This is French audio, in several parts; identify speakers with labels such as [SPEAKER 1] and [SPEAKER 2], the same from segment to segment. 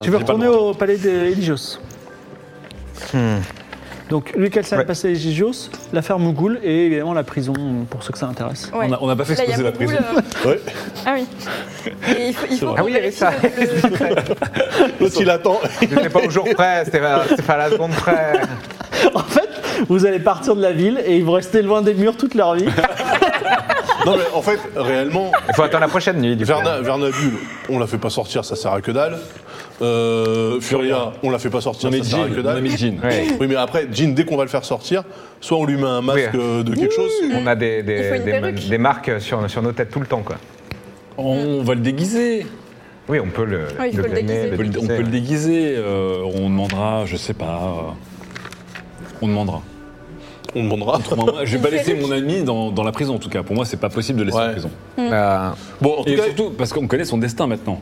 [SPEAKER 1] Tu veux
[SPEAKER 2] J'ai pas
[SPEAKER 1] retourner
[SPEAKER 2] le droit.
[SPEAKER 1] au palais des Eligios. Donc, Lucas ça
[SPEAKER 2] Ouais.
[SPEAKER 1] passé les Eligios, l'affaire Mougoul et évidemment la prison pour ceux que ça intéresse.
[SPEAKER 3] Ouais.
[SPEAKER 2] On a- on a pas fait
[SPEAKER 3] Là, il y a
[SPEAKER 2] exploser la
[SPEAKER 3] beaucoup,
[SPEAKER 2] prison.
[SPEAKER 3] là.
[SPEAKER 4] Ouais.
[SPEAKER 3] Ah oui. Et il faut, il faut
[SPEAKER 2] vrai.
[SPEAKER 3] qu'on
[SPEAKER 5] Ah oui, il y avait
[SPEAKER 3] vérifie
[SPEAKER 5] ça.
[SPEAKER 3] le-
[SPEAKER 4] L'autre, il attend.
[SPEAKER 5] C'était pas au jour près, c'était pas, c'était pas à la seconde près.
[SPEAKER 1] En fait, vous allez partir de la ville et ils vont rester loin des murs toute leur vie.
[SPEAKER 4] Non, mais en fait, réellement,
[SPEAKER 5] Il faut attendre la prochaine nuit, du coup.
[SPEAKER 4] Verna- Vernabule, on la fait pas sortir, ça sert à que dalle. Euh, Furia, on la fait pas sortir,
[SPEAKER 2] On
[SPEAKER 4] ça
[SPEAKER 2] est
[SPEAKER 4] sert à
[SPEAKER 2] Jean,
[SPEAKER 4] que
[SPEAKER 2] on a
[SPEAKER 4] dalle.
[SPEAKER 2] mis Jean.
[SPEAKER 5] Ouais.
[SPEAKER 4] Oui, mais après, Jean, dès qu'on va le faire sortir, soit on lui met un masque
[SPEAKER 5] Oui.
[SPEAKER 4] euh, de quelque chose.
[SPEAKER 5] On a des, des-
[SPEAKER 3] Il faut une
[SPEAKER 5] des-
[SPEAKER 3] perruque.
[SPEAKER 5] des marques sur, sur nos têtes tout le temps, quoi.
[SPEAKER 2] On va le déguiser.
[SPEAKER 5] Oui, on peut le,
[SPEAKER 3] Oui, il faut le
[SPEAKER 5] glaner,
[SPEAKER 3] déguiser.
[SPEAKER 5] le
[SPEAKER 2] On peut le, on peut le déguiser. euh, on demandera, je sais pas. euh, on demandera.
[SPEAKER 4] On demandera.
[SPEAKER 2] Pour moi, je vais
[SPEAKER 3] Une
[SPEAKER 2] pas laisser
[SPEAKER 3] perruque.
[SPEAKER 2] mon ami dans, dans la prison, en tout cas. Pour moi, c'est pas possible de laisser
[SPEAKER 4] Ouais.
[SPEAKER 2] la prison.
[SPEAKER 3] Mm.
[SPEAKER 5] Bah,
[SPEAKER 4] Bon, en tout
[SPEAKER 2] Et
[SPEAKER 4] cas,
[SPEAKER 2] surtout, parce qu'on connaît son destin maintenant.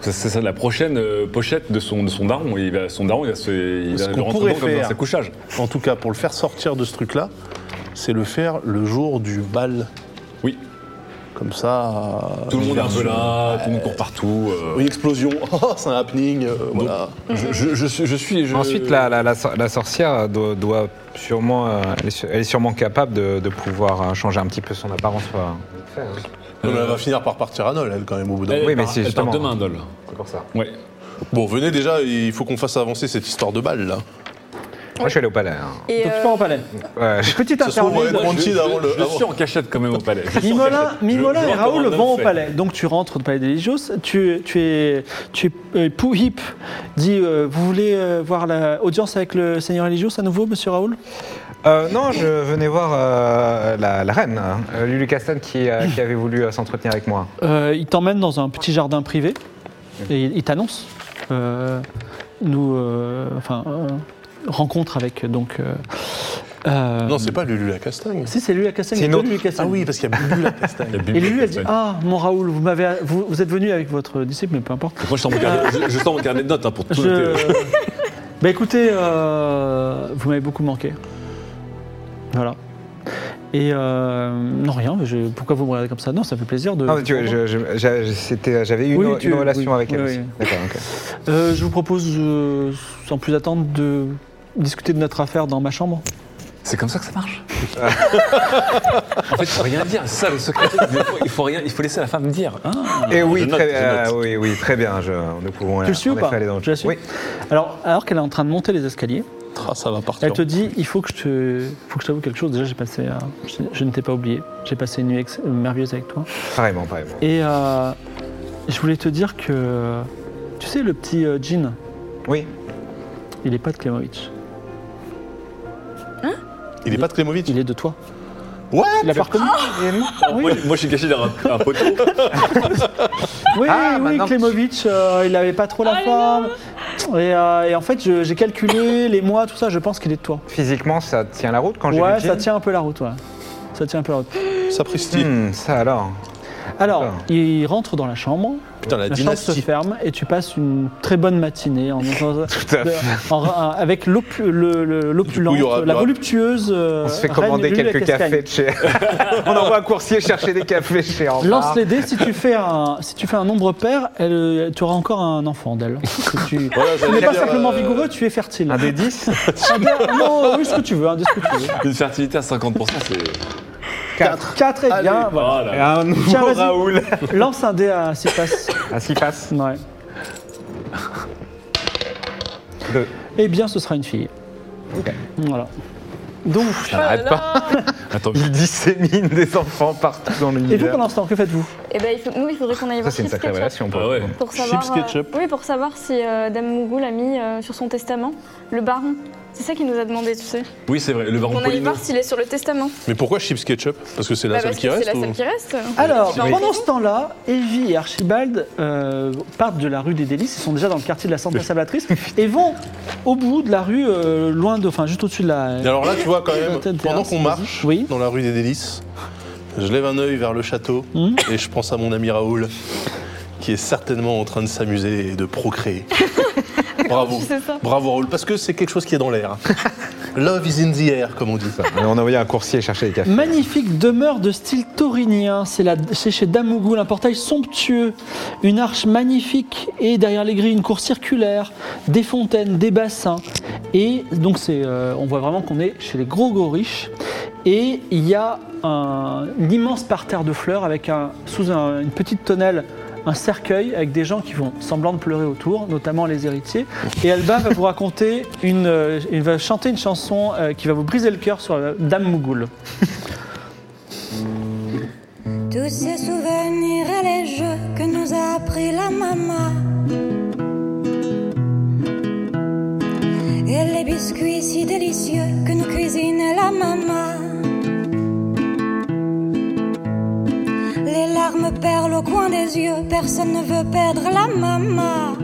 [SPEAKER 2] Ça, C'est ça, la prochaine euh, pochette de son, de son daron. Il va, son daron, il va se il
[SPEAKER 4] Ce
[SPEAKER 2] va
[SPEAKER 4] qu'on
[SPEAKER 2] le rentrer
[SPEAKER 4] pourrait
[SPEAKER 2] dedans comme dans
[SPEAKER 4] faire.
[SPEAKER 2] sa couchage.
[SPEAKER 4] en tout cas, pour le faire sortir de ce truc-là, c'est le faire le jour du bal.
[SPEAKER 2] Oui.
[SPEAKER 4] Comme ça. euh,
[SPEAKER 5] Ah,
[SPEAKER 2] Tout le monde est un peu là, tout le monde court partout. euh,
[SPEAKER 4] Une explosion. Oh, c'est un happening. euh, voilà.
[SPEAKER 2] Je, je- je suis- je suis. je-
[SPEAKER 5] Ah. Ensuite, la, la- la sor- la sorcière doit, doit sûrement, euh, elle, est, su- elle est sûrement capable de, de pouvoir euh, changer un petit peu son apparence. quoi.
[SPEAKER 4] Non, mais elle va finir par partir à Nol, elle, quand même, au bout d'un
[SPEAKER 2] Elle,
[SPEAKER 4] moment.
[SPEAKER 5] Oui, mais
[SPEAKER 2] part-
[SPEAKER 5] c'est
[SPEAKER 2] elle part
[SPEAKER 5] justement-
[SPEAKER 2] demain, Dol.
[SPEAKER 5] C'est pour ça.
[SPEAKER 2] Ouais.
[SPEAKER 4] Bon, venez déjà, il faut qu'on fasse avancer cette histoire de balle, là.
[SPEAKER 5] Moi, je suis allé au palais. hein.
[SPEAKER 3] Et
[SPEAKER 1] Donc,
[SPEAKER 3] euh,
[SPEAKER 1] tu pars au palais.
[SPEAKER 5] Ouais, je-
[SPEAKER 1] Petite
[SPEAKER 4] Ça se trouve, on va
[SPEAKER 1] interlude.
[SPEAKER 4] être
[SPEAKER 2] Moi, je,
[SPEAKER 4] Antide avant
[SPEAKER 2] je-
[SPEAKER 4] le-
[SPEAKER 2] je
[SPEAKER 4] avant-
[SPEAKER 2] suis en cachette quand même au palais. Je suis en
[SPEAKER 1] Mimola,
[SPEAKER 2] cachette. Je-
[SPEAKER 1] Mimola et
[SPEAKER 2] je vois encore
[SPEAKER 1] Raoul
[SPEAKER 2] un homme
[SPEAKER 1] vont au
[SPEAKER 2] fait.
[SPEAKER 1] palais. Donc tu rentres au palais des Ligios, tu, tu es, tu es euh, Pouhip dit euh, Vous voulez euh, voir l'audience avec le seigneur Eligios à nouveau, monsieur Raoul
[SPEAKER 5] Euh, non, je venais voir euh, la, la reine, hein, euh, Lulu Castel, qui, euh, qui avait voulu euh, s'entretenir avec moi.
[SPEAKER 1] Euh, Il t'emmène dans un petit jardin privé et il, il t'annonce euh, Nous. euh, enfin, euh, rencontre avec. Donc. euh, euh,
[SPEAKER 4] Non, c'est pas Lulu la castagne.
[SPEAKER 1] Si, c'est lui la Castagne.
[SPEAKER 5] C'est une
[SPEAKER 1] deux
[SPEAKER 5] autre.
[SPEAKER 1] Lulu Castagne.
[SPEAKER 4] Ah oui, parce qu'il y a Lulu la
[SPEAKER 2] Il y
[SPEAKER 4] castagne.
[SPEAKER 2] a Bibi
[SPEAKER 1] Et lui a
[SPEAKER 2] qui
[SPEAKER 1] dit
[SPEAKER 2] est là.
[SPEAKER 1] Ah, mon Raoul, vous, m'avez, vous, vous êtes venu avec votre disciple, mais peu importe.
[SPEAKER 2] Moi, je sors mon carnet,
[SPEAKER 4] Euh.
[SPEAKER 2] je- je sors mon carnet de notes hein, pour tout noter.
[SPEAKER 1] Je... bah écoutez, euh, vous m'avez beaucoup manqué. Voilà. Et euh, non, rien, je- pourquoi vous me regardez comme ça Non, ça fait plaisir de.
[SPEAKER 5] Non, mais tu vois, je- je- j'a- c'était- j'avais eu une,
[SPEAKER 1] Euh, Oui, tu-
[SPEAKER 5] une relation
[SPEAKER 1] oui,
[SPEAKER 5] avec elle
[SPEAKER 1] oui,
[SPEAKER 5] aussi.
[SPEAKER 1] oui.
[SPEAKER 5] D'accord, ok.
[SPEAKER 1] Euh, je vous propose, euh, sans plus attendre, de discuter de notre affaire dans ma chambre.
[SPEAKER 5] Ah,
[SPEAKER 2] C'est comme ça que ça marche. en fait, faut rien dire. C'est ça le secret. Il faut, il faut rien. Il faut laisser la femme dire. Ah.
[SPEAKER 5] Et oui,
[SPEAKER 2] Je note,
[SPEAKER 5] très,
[SPEAKER 2] je
[SPEAKER 5] bien,
[SPEAKER 2] note.
[SPEAKER 5] oui, oui, très bien. je- nous pouvons
[SPEAKER 1] Tu le suis ou
[SPEAKER 5] en effet
[SPEAKER 1] pas
[SPEAKER 5] aller dans le-
[SPEAKER 1] Je la suis.
[SPEAKER 5] Oui.
[SPEAKER 1] Alors, alors qu'elle est en train de monter les escaliers,
[SPEAKER 4] Ah, ça va partir.
[SPEAKER 1] elle te dit il faut que je te, faut que je t'avoue quelque chose. Déjà, j'ai passé, un- je, je ne t'ai pas oublié. J'ai passé une nuit ex- euh, merveilleuse avec toi.
[SPEAKER 5] Pareillement, pareillement.
[SPEAKER 1] Et euh, je voulais te dire que, tu sais, le petit euh, jean
[SPEAKER 5] Oui.
[SPEAKER 1] Il est pas de Klemovic.
[SPEAKER 4] Il est pas de Klemovic
[SPEAKER 1] Il est de toi.
[SPEAKER 4] What
[SPEAKER 1] Il l'a pas reconnu Oui,
[SPEAKER 2] Moi, je- moi, je suis caché dans un, un poteau.
[SPEAKER 1] oui,
[SPEAKER 5] Ah,
[SPEAKER 1] oui,
[SPEAKER 5] maintenant.
[SPEAKER 1] Klemovic, euh, il avait pas trop la forme. Et, euh, et en fait, je- j'ai calculé les mois, tout ça, je pense qu'il est de toi.
[SPEAKER 5] Physiquement, ça tient la route quand j'ai
[SPEAKER 1] Ouais,
[SPEAKER 5] vu
[SPEAKER 1] ça
[SPEAKER 5] Jean
[SPEAKER 1] tient un peu la route, ouais. Ça tient un peu la route.
[SPEAKER 4] Sapristi.
[SPEAKER 5] Hmm, ça alors.
[SPEAKER 1] Alors,
[SPEAKER 5] D'accord.
[SPEAKER 1] il rentre dans la chambre,
[SPEAKER 4] Putain, la,
[SPEAKER 1] la chambre se
[SPEAKER 4] dynastie.
[SPEAKER 1] ferme et tu passes une très bonne matinée en, en-
[SPEAKER 5] à fait.
[SPEAKER 1] en- en- avec l'opu- le- le- l'opulente,
[SPEAKER 4] il y aura-
[SPEAKER 1] la
[SPEAKER 4] il y aura-
[SPEAKER 1] voluptueuse. euh,
[SPEAKER 5] On se fait commander quelques cafés de chez. On envoie un coursier chercher des cafés chez Rempart.
[SPEAKER 1] Lance les dés, si tu fais un, si tu fais un nombre pair, elle, tu auras encore un enfant d'elle. Parce que Tu,
[SPEAKER 4] Voilà,
[SPEAKER 1] tu
[SPEAKER 4] j'allais
[SPEAKER 1] n'es pas
[SPEAKER 4] dire,
[SPEAKER 1] simplement
[SPEAKER 4] euh,
[SPEAKER 1] vigoureux, tu es fertile.
[SPEAKER 5] Un des 10
[SPEAKER 1] Un dé- non, oui, ce que tu veux, un dé, ce que tu veux.
[SPEAKER 2] Une fertilité à 50%, c'est.
[SPEAKER 5] 4.
[SPEAKER 1] 4 et eh bien,
[SPEAKER 4] Allez. Ah.
[SPEAKER 1] voilà.
[SPEAKER 5] Et
[SPEAKER 2] Voilà.
[SPEAKER 5] un nouveau
[SPEAKER 1] Tiens, vas-y.
[SPEAKER 5] Raoul.
[SPEAKER 1] Lance un dé à 6 passes.
[SPEAKER 5] À 6 passes.
[SPEAKER 1] Ouais.
[SPEAKER 5] Deux.
[SPEAKER 1] Eh bien, ce sera une fille. Voilà. Donc,
[SPEAKER 5] Arrête pas.
[SPEAKER 2] Attends,
[SPEAKER 5] Il dissémine des enfants partout dans
[SPEAKER 1] et vous
[SPEAKER 5] l'univers.
[SPEAKER 1] pendant ce temps, que faites-vous
[SPEAKER 3] eh ben, il faut- nous, il faudrait qu'on aille
[SPEAKER 5] Ça,
[SPEAKER 3] voir
[SPEAKER 5] c'est une
[SPEAKER 3] Chips
[SPEAKER 5] sacrée
[SPEAKER 3] Ketchup
[SPEAKER 5] relation pour
[SPEAKER 2] Ah ouais.
[SPEAKER 3] pour
[SPEAKER 4] Chips
[SPEAKER 3] savoir, euh,
[SPEAKER 4] Ketchup.
[SPEAKER 3] oui, pour savoir si euh, Dame Mougoul a mis euh, sur son testament le baron C'est ça qu'il nous a demandé, tu sais.
[SPEAKER 2] Oui, c'est vrai, le baron
[SPEAKER 3] On aille
[SPEAKER 2] Polino.
[SPEAKER 3] voir s'il est sur le testament.
[SPEAKER 4] Mais pourquoi chips ketchup Parce que c'est la
[SPEAKER 3] Bah,
[SPEAKER 4] seule
[SPEAKER 3] parce
[SPEAKER 4] qui
[SPEAKER 3] que c'est
[SPEAKER 4] reste
[SPEAKER 3] la
[SPEAKER 4] ou-
[SPEAKER 3] seule qui reste.
[SPEAKER 4] Euh,
[SPEAKER 1] Alors,
[SPEAKER 3] Oui.
[SPEAKER 1] pendant ce temps-là, Evie et Archibald euh, partent de la rue des Délices, ils sont déjà dans le quartier de la Santa Sablatrice, et vont au bout de la rue, euh, loin de, enfin juste au-dessus de la...
[SPEAKER 4] Et alors là, tu vois quand
[SPEAKER 1] Euh,
[SPEAKER 4] même,
[SPEAKER 1] t'as- t'as-
[SPEAKER 4] pendant qu'on
[SPEAKER 1] vas-y.
[SPEAKER 4] marche
[SPEAKER 1] Oui.
[SPEAKER 4] dans la rue des Délices, je lève un œil vers le château
[SPEAKER 5] Hmm.
[SPEAKER 1] Mhm.
[SPEAKER 4] et je pense à mon ami Raoul, qui est certainement en train de s'amuser et de procréer. Bravo.
[SPEAKER 3] tu sais ça
[SPEAKER 4] Bravo Raoul, parce que c'est quelque chose qui est dans l'air. Love is in the air, comme on dit.
[SPEAKER 5] Mais on a envoyé un coursier chercher des cafés.
[SPEAKER 1] Magnifique demeure de style taurinien, c'est la- c'est chez Damogoul, un portail somptueux, une arche magnifique et derrière les grilles une cour circulaire, des fontaines, des bassins. Et donc c'est, euh, on voit vraiment qu'on est chez les gros gros riches. Et il y a un, une immense parterre de fleurs avec un, sous un- une petite tonnelle un cercueil avec des gens qui vont semblant de pleurer autour, notamment les héritiers. Et Alba va vous raconter une, euh, il va chanter une chanson euh, qui va vous briser le cœur sur euh, la Dame Mougoul.
[SPEAKER 6] Tous ces souvenirs et les jeux que nous a appris la maman. Et les biscuits si délicieux que nous cuisine la maman. Les larmes perlent au coin des yeux, personne ne veut perdre la maman.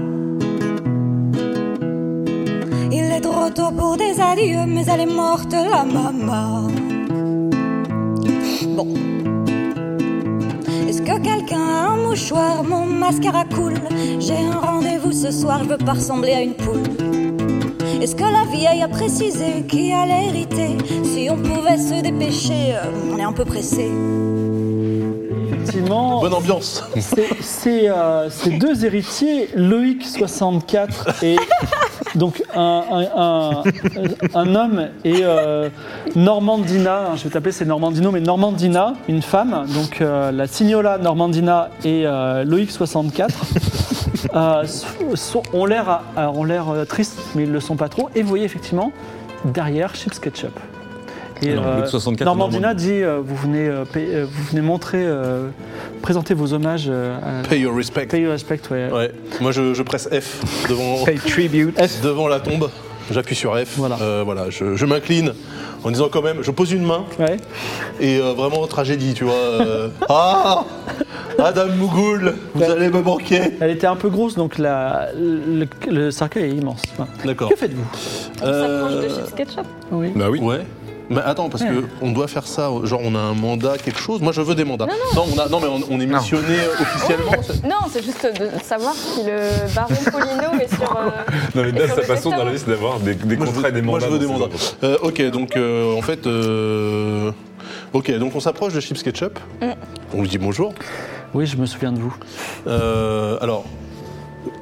[SPEAKER 6] Il est trop tôt pour des adieux, mais elle est morte la maman. Bon. Est-ce que quelqu'un a un mouchoir Mon mascara coule. J'ai un rendez-vous ce soir, je veux pas ressembler à une poule. Est-ce que la vieille a précisé qui allait hériter Si on pouvait se dépêcher, euh, on est un peu pressé.
[SPEAKER 1] Effectivement,
[SPEAKER 4] Bonne ambiance.
[SPEAKER 1] c'est- c'est euh, ces deux héritiers, Loïc 64 et donc un, un- un- un homme et euh, Normandina, hein, je vais t'appeler c'est Normandino, mais Normandina, une femme, donc euh, la Signola Normandina et euh, Loïc 64. euh, so- so- ont l'air à- à- ont l'air, euh, tristes, mais ils le sont pas trop. Et vous voyez effectivement derrière Chips Ketchup. Et,
[SPEAKER 2] Non,
[SPEAKER 1] euh,
[SPEAKER 2] Luc 64,
[SPEAKER 1] Normandina
[SPEAKER 2] Normandie.
[SPEAKER 1] dit euh, vous, venez, euh, pay- euh, vous venez montrer, euh, présenter vos hommages euh, à
[SPEAKER 4] Pay your respect.
[SPEAKER 1] Pay Your Respect. ouais.
[SPEAKER 4] Ouais. Moi, je, je presse F devant,
[SPEAKER 5] Pay tribute.
[SPEAKER 4] devant la tombe. J'appuie sur F.
[SPEAKER 1] Voilà.
[SPEAKER 4] Euh, voilà. Je, je m'incline en disant quand même, je pose une main
[SPEAKER 1] Ouais.
[SPEAKER 4] et euh, vraiment tragédie, tu vois. euh, ah, Madame Mougoul, vous
[SPEAKER 1] Ouais.
[SPEAKER 4] allez me manquer.
[SPEAKER 1] Elle était un peu grosse, donc la, le, le cercueil est immense. Voilà.
[SPEAKER 4] D'accord.
[SPEAKER 1] Que faites-vous
[SPEAKER 2] Ah,
[SPEAKER 3] Ça mange de
[SPEAKER 4] Euh,
[SPEAKER 3] chips ketchup.
[SPEAKER 1] oui.
[SPEAKER 5] Bah oui.
[SPEAKER 4] Ouais. Mais attends, parce que
[SPEAKER 1] Ouais.
[SPEAKER 4] on doit faire ça, genre on a un mandat, quelque chose. Moi je veux des mandats. Non, on a, non mais on, on est missionné euh, officiellement. c'est-
[SPEAKER 3] Non, c'est juste de savoir si le baron Polino est sur. euh,
[SPEAKER 2] Non, mais
[SPEAKER 3] Et
[SPEAKER 2] là,
[SPEAKER 3] sur
[SPEAKER 2] sa
[SPEAKER 3] le
[SPEAKER 2] façon
[SPEAKER 3] testament.
[SPEAKER 2] dans la vie, c'est d'avoir des, des
[SPEAKER 4] Moi, je
[SPEAKER 2] contrats et
[SPEAKER 4] veux,
[SPEAKER 2] des
[SPEAKER 4] moi,
[SPEAKER 2] mandats.
[SPEAKER 4] je veux des
[SPEAKER 2] dans ses
[SPEAKER 4] mandats.
[SPEAKER 2] ordres.
[SPEAKER 4] Euh, ok, donc euh, en fait. euh, ok, donc on s'approche de Chips Ketchup. On lui dit bonjour.
[SPEAKER 1] Oui, je me souviens de vous.
[SPEAKER 4] Euh, alors,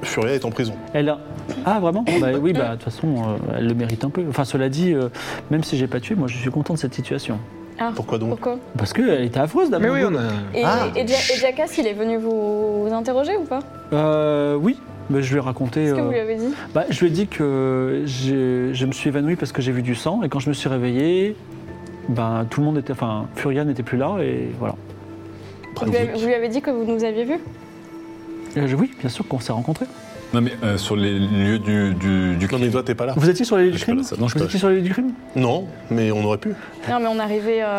[SPEAKER 4] Furia est en prison.
[SPEAKER 1] Elle a... Ah, vraiment Bah Oui, bah, de toute façon, euh, elle le mérite un peu. Enfin, cela dit, euh, même si j'ai pas tué, moi, je suis content de cette situation.
[SPEAKER 3] Ah,
[SPEAKER 4] Pourquoi donc
[SPEAKER 3] Pourquoi
[SPEAKER 1] Parce qu'elle était affreuse, d'abord.
[SPEAKER 5] Mais oui, on a.
[SPEAKER 1] euh,
[SPEAKER 3] Et,
[SPEAKER 5] Ah.
[SPEAKER 3] et, Ja- et Jackass, il est venu vous interroger ou pas
[SPEAKER 1] Euh, oui. Bah, je lui ai raconté...
[SPEAKER 3] Qu'est-ce que
[SPEAKER 1] euh,
[SPEAKER 3] vous lui avez dit
[SPEAKER 1] Bah, je lui ai dit que j'ai- je me suis évanoui parce que j'ai vu du sang et quand je me suis réveillé, ben, tout le monde était, enfin, Furia n'était plus là et voilà.
[SPEAKER 3] vous lui, avez, vous lui avez dit que vous nous aviez vus
[SPEAKER 1] Et je- oui, bien sûr qu'on s'est rencontrés.
[SPEAKER 2] Non, mais euh, sur les lieux du, du, du
[SPEAKER 4] Non mais toi t'es pas là.
[SPEAKER 1] Vous étiez sur les lieux du
[SPEAKER 2] suis pas
[SPEAKER 1] crime
[SPEAKER 2] là, ça. Non, Ah, je
[SPEAKER 1] Vous
[SPEAKER 2] suis pas là.
[SPEAKER 1] étiez sur les lieux du crime
[SPEAKER 4] Non, mais on aurait pu.
[SPEAKER 3] Non, mais on est arrivé euh,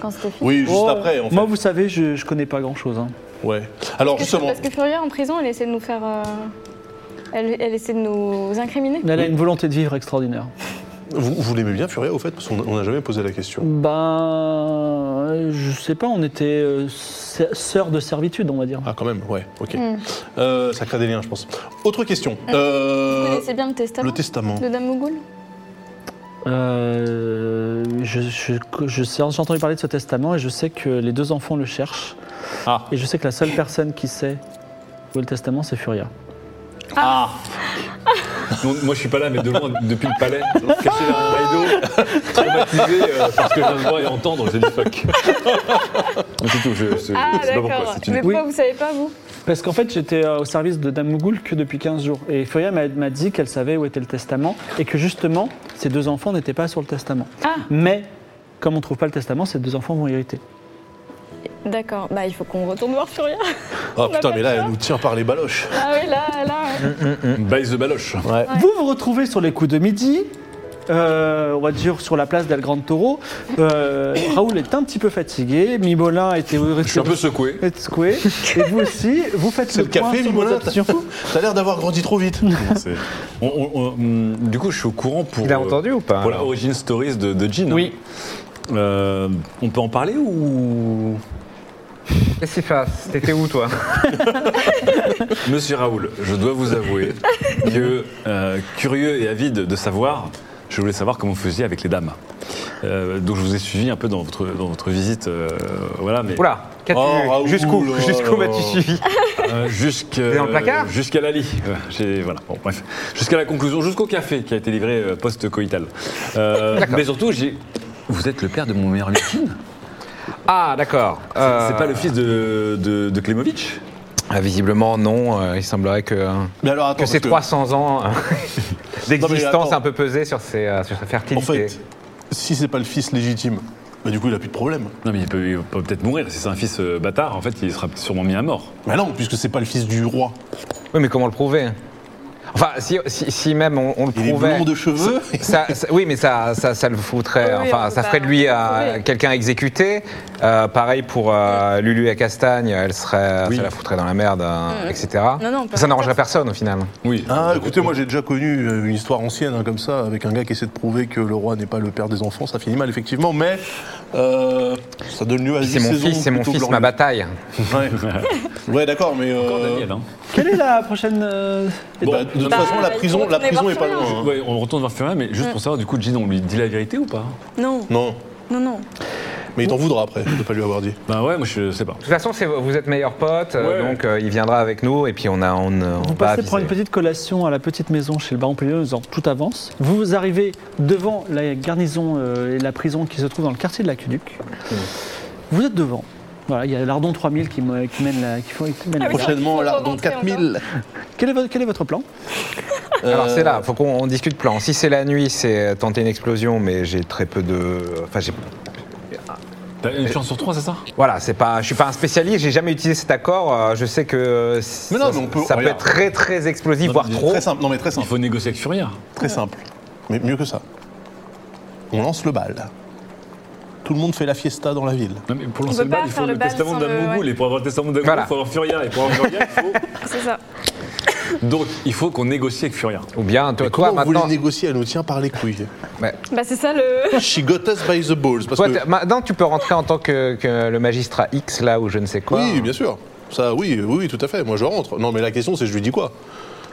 [SPEAKER 3] quand c'était fini.
[SPEAKER 4] Oui, juste
[SPEAKER 1] Oh,
[SPEAKER 4] après en fait.
[SPEAKER 1] Moi, vous savez, je, je connais pas grand-chose. hein.
[SPEAKER 4] Ouais. Alors
[SPEAKER 3] Parce que,
[SPEAKER 4] justement,
[SPEAKER 3] parce que Furia en prison, elle essaie de nous faire. euh, elle, elle essaie de nous incriminer.
[SPEAKER 1] Elle a une volonté de vivre extraordinaire.
[SPEAKER 4] vous, vous l'aimez bien Furia au fait Parce qu'on on n'a jamais posé la question.
[SPEAKER 1] Mm. Ben, je sais pas, on était euh, sœ- sœurs de servitude, on va dire.
[SPEAKER 4] Ah quand même, ouais, ok.
[SPEAKER 3] Mm.
[SPEAKER 4] Euh, ça crée des liens je pense. Autre question.
[SPEAKER 3] Vous
[SPEAKER 4] Euh,
[SPEAKER 3] connaissez bien le testament
[SPEAKER 4] le testament.
[SPEAKER 3] de Dame Mougoul
[SPEAKER 1] Euh, je, je, je sais- j'ai entendu parler de ce testament et je sais que les deux enfants le cherchent.
[SPEAKER 2] Ah.
[SPEAKER 1] Et je sais que la seule personne qui sait où est le testament, c'est Furia.
[SPEAKER 2] Ah Non, Moi, je suis pas là, mais de loin, depuis le palais, caché derrière un rideau, traumatisé euh, parce que je viens de voir et entendre, j'ai dit fuck. Mais c'est tout, je, je- je sais
[SPEAKER 3] Ah,
[SPEAKER 2] pas pourquoi.
[SPEAKER 3] d'accord.
[SPEAKER 2] c'est une-
[SPEAKER 3] Mais
[SPEAKER 1] Oui.
[SPEAKER 3] pourquoi vous savez pas, vous
[SPEAKER 1] Parce qu'en fait, j'étais euh, au service de Dame Mougoul que depuis 15 jours. Et Furia m'a m'a dit qu'elle savait où était le testament et que justement, ces deux enfants n'étaient pas sur le testament.
[SPEAKER 3] Ah.
[SPEAKER 1] Mais, comme on ne trouve pas le testament, ces deux enfants vont hériter.
[SPEAKER 3] D'accord, bah il faut qu'on retourne voir Furia.
[SPEAKER 4] Ah
[SPEAKER 3] On
[SPEAKER 4] putain
[SPEAKER 3] n'a
[SPEAKER 4] mais
[SPEAKER 3] pas
[SPEAKER 4] là
[SPEAKER 3] le
[SPEAKER 4] elle
[SPEAKER 3] choix.
[SPEAKER 4] nous tient par les baloches.
[SPEAKER 3] Ah oui, là, là.
[SPEAKER 2] Baise de baloche.
[SPEAKER 1] Vous vous retrouvez sur les coups de midi. euh, on va dire, sur la place d'El Grand Toro. Euh, Raoul est un petit peu fatigué. Mimolin était
[SPEAKER 2] Je suis un peu secoué.
[SPEAKER 1] est secoué. Et vous aussi, vous faites
[SPEAKER 4] C'est
[SPEAKER 1] le,
[SPEAKER 4] le café,
[SPEAKER 1] point sur vos
[SPEAKER 4] Mimolin, t'as-
[SPEAKER 1] options.
[SPEAKER 4] T'as l'air d'avoir grandi trop vite.
[SPEAKER 2] C'est- on- on- on- hum, du coup, je suis au courant pour.
[SPEAKER 5] Il a
[SPEAKER 2] euh,
[SPEAKER 5] entendu ou pas
[SPEAKER 2] Pour la origin stories de, de Jean. hein.
[SPEAKER 1] Oui.
[SPEAKER 2] Euh, on peut en parler ou.
[SPEAKER 5] Qu'est-ce qu'il fasse T'étais où, toi
[SPEAKER 2] Monsieur Raoul, je dois vous avouer que, euh, curieux et avide de savoir, je voulais savoir comment vous faisiez avec les dames. Euh, donc je vous ai suivi un peu dans votre, dans votre visite. euh, voilà, mais.
[SPEAKER 5] Oula Qu'as-tu
[SPEAKER 2] Oh, Raoul,
[SPEAKER 5] Jusqu'où
[SPEAKER 2] oh là
[SPEAKER 5] Jusqu'où
[SPEAKER 2] là.
[SPEAKER 5] m'as-tu suivi
[SPEAKER 2] Euh, jusqu'à
[SPEAKER 5] T'es dans le placard
[SPEAKER 2] jusqu'à la lit. Euh, j'ai- voilà, bon, bref. Jusqu'à la conclusion, jusqu'au café qui a été livré euh, post-coital. Euh,
[SPEAKER 5] D'accord.
[SPEAKER 2] mais surtout, j'ai. Vous êtes le père de mon meilleur ami Jean
[SPEAKER 5] Ah, d'accord.
[SPEAKER 2] C'est- C'est pas le fils de, de, de Klemovic
[SPEAKER 5] Ah, Visiblement, non. euh, Il semblerait que,
[SPEAKER 4] Mais alors, attends,
[SPEAKER 5] que ces
[SPEAKER 4] parce que-
[SPEAKER 5] 300 ans euh, d'existence
[SPEAKER 4] attends.
[SPEAKER 5] un peu pesé sur, ses, euh, sur sa
[SPEAKER 4] En
[SPEAKER 5] fertilité.
[SPEAKER 4] fait, si c'est pas le fils légitime, bah du coup il a plus de problème.
[SPEAKER 2] Non, mais il peut, il peut peut-être mourir. Si c'est un fils euh, bâtard, en fait, il sera sûrement mis à mort.
[SPEAKER 4] Bah non, puisque c'est pas le fils du roi.
[SPEAKER 5] Oui, mais comment le prouver Enfin, si, si, si même on, on le
[SPEAKER 4] Il est
[SPEAKER 5] prouvait.
[SPEAKER 4] blond de cheveux.
[SPEAKER 5] Ça- ça- oui, mais ça, ça, ça le foutrait.
[SPEAKER 3] Oui,
[SPEAKER 5] enfin,
[SPEAKER 3] on
[SPEAKER 5] ça
[SPEAKER 3] peut
[SPEAKER 5] ferait de lui
[SPEAKER 3] pas- on peut
[SPEAKER 5] euh,
[SPEAKER 3] trouver.
[SPEAKER 5] quelqu'un exécuté. Euh, pareil pour euh, Lulu et Castagne, elle serait,
[SPEAKER 2] Oui.
[SPEAKER 5] ça la foutrait dans la merde, euh, etc.
[SPEAKER 3] Non, non, on peut
[SPEAKER 5] ça
[SPEAKER 3] pas
[SPEAKER 5] n'arrangerait
[SPEAKER 3] faire
[SPEAKER 5] personne au final.
[SPEAKER 2] Oui.
[SPEAKER 4] Ah, écoutez, moi j'ai déjà connu euh, une histoire ancienne hein, comme ça, avec un gars qui essaie de prouver que le roi n'est pas le père des enfants, ça finit mal effectivement, mais euh, ça donne lieu à
[SPEAKER 5] Puis
[SPEAKER 4] des
[SPEAKER 5] C'est mon
[SPEAKER 4] saisons
[SPEAKER 5] fils, c'est mon
[SPEAKER 4] plutôt
[SPEAKER 5] fils, ma
[SPEAKER 4] glorieuses.
[SPEAKER 5] bataille.
[SPEAKER 4] Ouais, d'accord, mais euh,
[SPEAKER 2] Encore Daniel, hein.
[SPEAKER 1] Quelle est la prochaine. euh,
[SPEAKER 4] bon, de toute
[SPEAKER 3] Bah,
[SPEAKER 4] façon la
[SPEAKER 3] il faut
[SPEAKER 4] prison, la
[SPEAKER 3] retourner
[SPEAKER 4] prison
[SPEAKER 3] voir
[SPEAKER 4] est pas
[SPEAKER 3] Florian.
[SPEAKER 4] loin. hein.
[SPEAKER 2] Ouais, on retourne vers Furia, mais juste pour savoir, du coup, Jean, on lui dit la vérité ou pas
[SPEAKER 3] Non,
[SPEAKER 4] Non,
[SPEAKER 3] non, non.
[SPEAKER 4] mais il t'en voudra après de pas lui avoir dit.
[SPEAKER 2] Bah ouais, moi je sais pas.
[SPEAKER 5] De toute façon, c'est- vous êtes meilleurs potes, euh,
[SPEAKER 2] Ouais.
[SPEAKER 5] donc euh, il viendra avec nous et puis on a on, euh, on
[SPEAKER 1] Vous
[SPEAKER 5] va
[SPEAKER 1] passez prendre une
[SPEAKER 5] aviser.
[SPEAKER 1] petite collation à la petite maison chez le baron Pellion en disant tout avance. Vous vous arrivez devant la garnison euh, et la prison qui se trouve dans le quartier de l'aqueduc. Vous êtes devant. Voilà, il y a l'Ardon 3000 qui, me- qui mène la. Qui, faut- qui mène la-
[SPEAKER 4] Ah
[SPEAKER 3] oui.
[SPEAKER 4] Prochainement,
[SPEAKER 3] faut
[SPEAKER 4] là, dans
[SPEAKER 3] remonter
[SPEAKER 4] 4000.
[SPEAKER 1] Quel, est votre, quel est votre plan
[SPEAKER 4] Ah,
[SPEAKER 5] Alors c'est
[SPEAKER 4] Euh,
[SPEAKER 5] là, faut qu'on on discute plan. Si c'est la nuit, c'est euh, tenter une explosion, mais j'ai très peu de. Enfin, j'ai
[SPEAKER 2] T'as une chance sur trois, c'est ça
[SPEAKER 5] Voilà, c'est pas, je suis pas un spécialiste, j'ai jamais utilisé cet accord. euh, Je sais que euh,
[SPEAKER 4] Mais
[SPEAKER 5] ça,
[SPEAKER 4] non, mais on peut-
[SPEAKER 5] ça peut
[SPEAKER 4] regarde.
[SPEAKER 5] être très très explosif,
[SPEAKER 2] Non,
[SPEAKER 5] voire
[SPEAKER 2] mais
[SPEAKER 5] trop.
[SPEAKER 4] Très simple, non mais très
[SPEAKER 2] Il
[SPEAKER 4] simple,
[SPEAKER 2] faut négocier avec Furia.
[SPEAKER 4] très simple. Mais mieux que ça. On lance le bal. Tout le monde fait la fiesta dans la ville.
[SPEAKER 2] Non, mais pour
[SPEAKER 3] On
[SPEAKER 2] lancer
[SPEAKER 3] peut
[SPEAKER 2] le
[SPEAKER 3] pas
[SPEAKER 2] bal, il
[SPEAKER 3] faire
[SPEAKER 2] faut
[SPEAKER 3] le
[SPEAKER 2] le
[SPEAKER 3] bal
[SPEAKER 2] testament
[SPEAKER 3] sans
[SPEAKER 2] d'un
[SPEAKER 3] le-
[SPEAKER 2] Mogul.
[SPEAKER 3] ouais.
[SPEAKER 2] Et pour avoir le testament d'un Mogul,
[SPEAKER 5] Voilà.
[SPEAKER 2] il faut avoir Furia. Et pour avoir Furia,
[SPEAKER 3] C'est ça.
[SPEAKER 2] il faut. Donc il faut qu'on négocie avec Furia.
[SPEAKER 5] Ou bien toi,
[SPEAKER 4] Mais
[SPEAKER 5] toi
[SPEAKER 4] comment vous
[SPEAKER 5] maintenant,
[SPEAKER 4] voulez négocier Elle nous tient par les couilles.
[SPEAKER 5] Ouais.
[SPEAKER 3] Bah, c'est ça le.
[SPEAKER 4] She got us by the balls. Parce
[SPEAKER 5] Toi,
[SPEAKER 4] que...
[SPEAKER 5] t'es- maintenant tu peux rentrer en tant que, que le magistrat X là ou je ne sais quoi.
[SPEAKER 4] Oui, bien sûr. Ça, oui, oui, oui, tout à fait. Moi, je rentre. Non, mais la question, c'est je lui dis quoi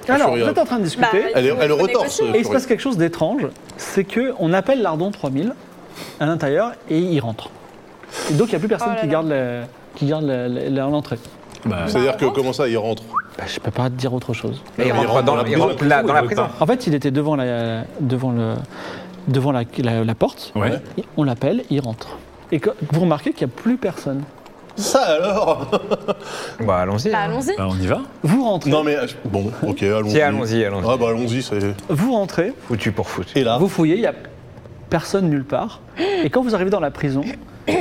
[SPEAKER 1] Alors, vous
[SPEAKER 4] Furia.
[SPEAKER 1] êtes en train de
[SPEAKER 3] Bah,
[SPEAKER 1] discuter.
[SPEAKER 4] Elle est- elle
[SPEAKER 3] faut
[SPEAKER 4] retorse. euh,
[SPEAKER 3] négocier.
[SPEAKER 1] et il se passe quelque chose d'étrange. C'est que on appelle l'Ardon 3000 à l'intérieur et il rentre. Et donc il n'y a plus personne
[SPEAKER 3] Oh là
[SPEAKER 1] qui,
[SPEAKER 3] là.
[SPEAKER 1] Garde la- qui garde la- la- la- l'entrée.
[SPEAKER 2] Bah,
[SPEAKER 4] C'est-à-dire que comment ça, il rentre
[SPEAKER 1] Bah, je peux pas te dire autre chose.
[SPEAKER 5] Et il rentre dans, la, il rentre là, dans la prison.
[SPEAKER 1] En fait, il était devant la, devant le, devant la, la- la porte.
[SPEAKER 2] Ouais.
[SPEAKER 1] Et On l'appelle, il rentre. Et que- vous remarquez qu'il n'y a plus personne.
[SPEAKER 4] Ça alors
[SPEAKER 5] Bah allons-y.
[SPEAKER 3] Bah,
[SPEAKER 5] hein.
[SPEAKER 3] allons-y.
[SPEAKER 2] Bah, on y va
[SPEAKER 1] Vous rentrez,
[SPEAKER 4] Non mais euh, je- bon, ok, allons-y.
[SPEAKER 5] Tiens, allons-y, allons-y.
[SPEAKER 4] Ah bah allons-y, c'est.
[SPEAKER 1] vous rentrez,
[SPEAKER 5] Foutu pour foutu.
[SPEAKER 4] Et là,
[SPEAKER 1] Ah, vous fouillez, il n'y a personne nulle part. Et quand vous arrivez dans la prison,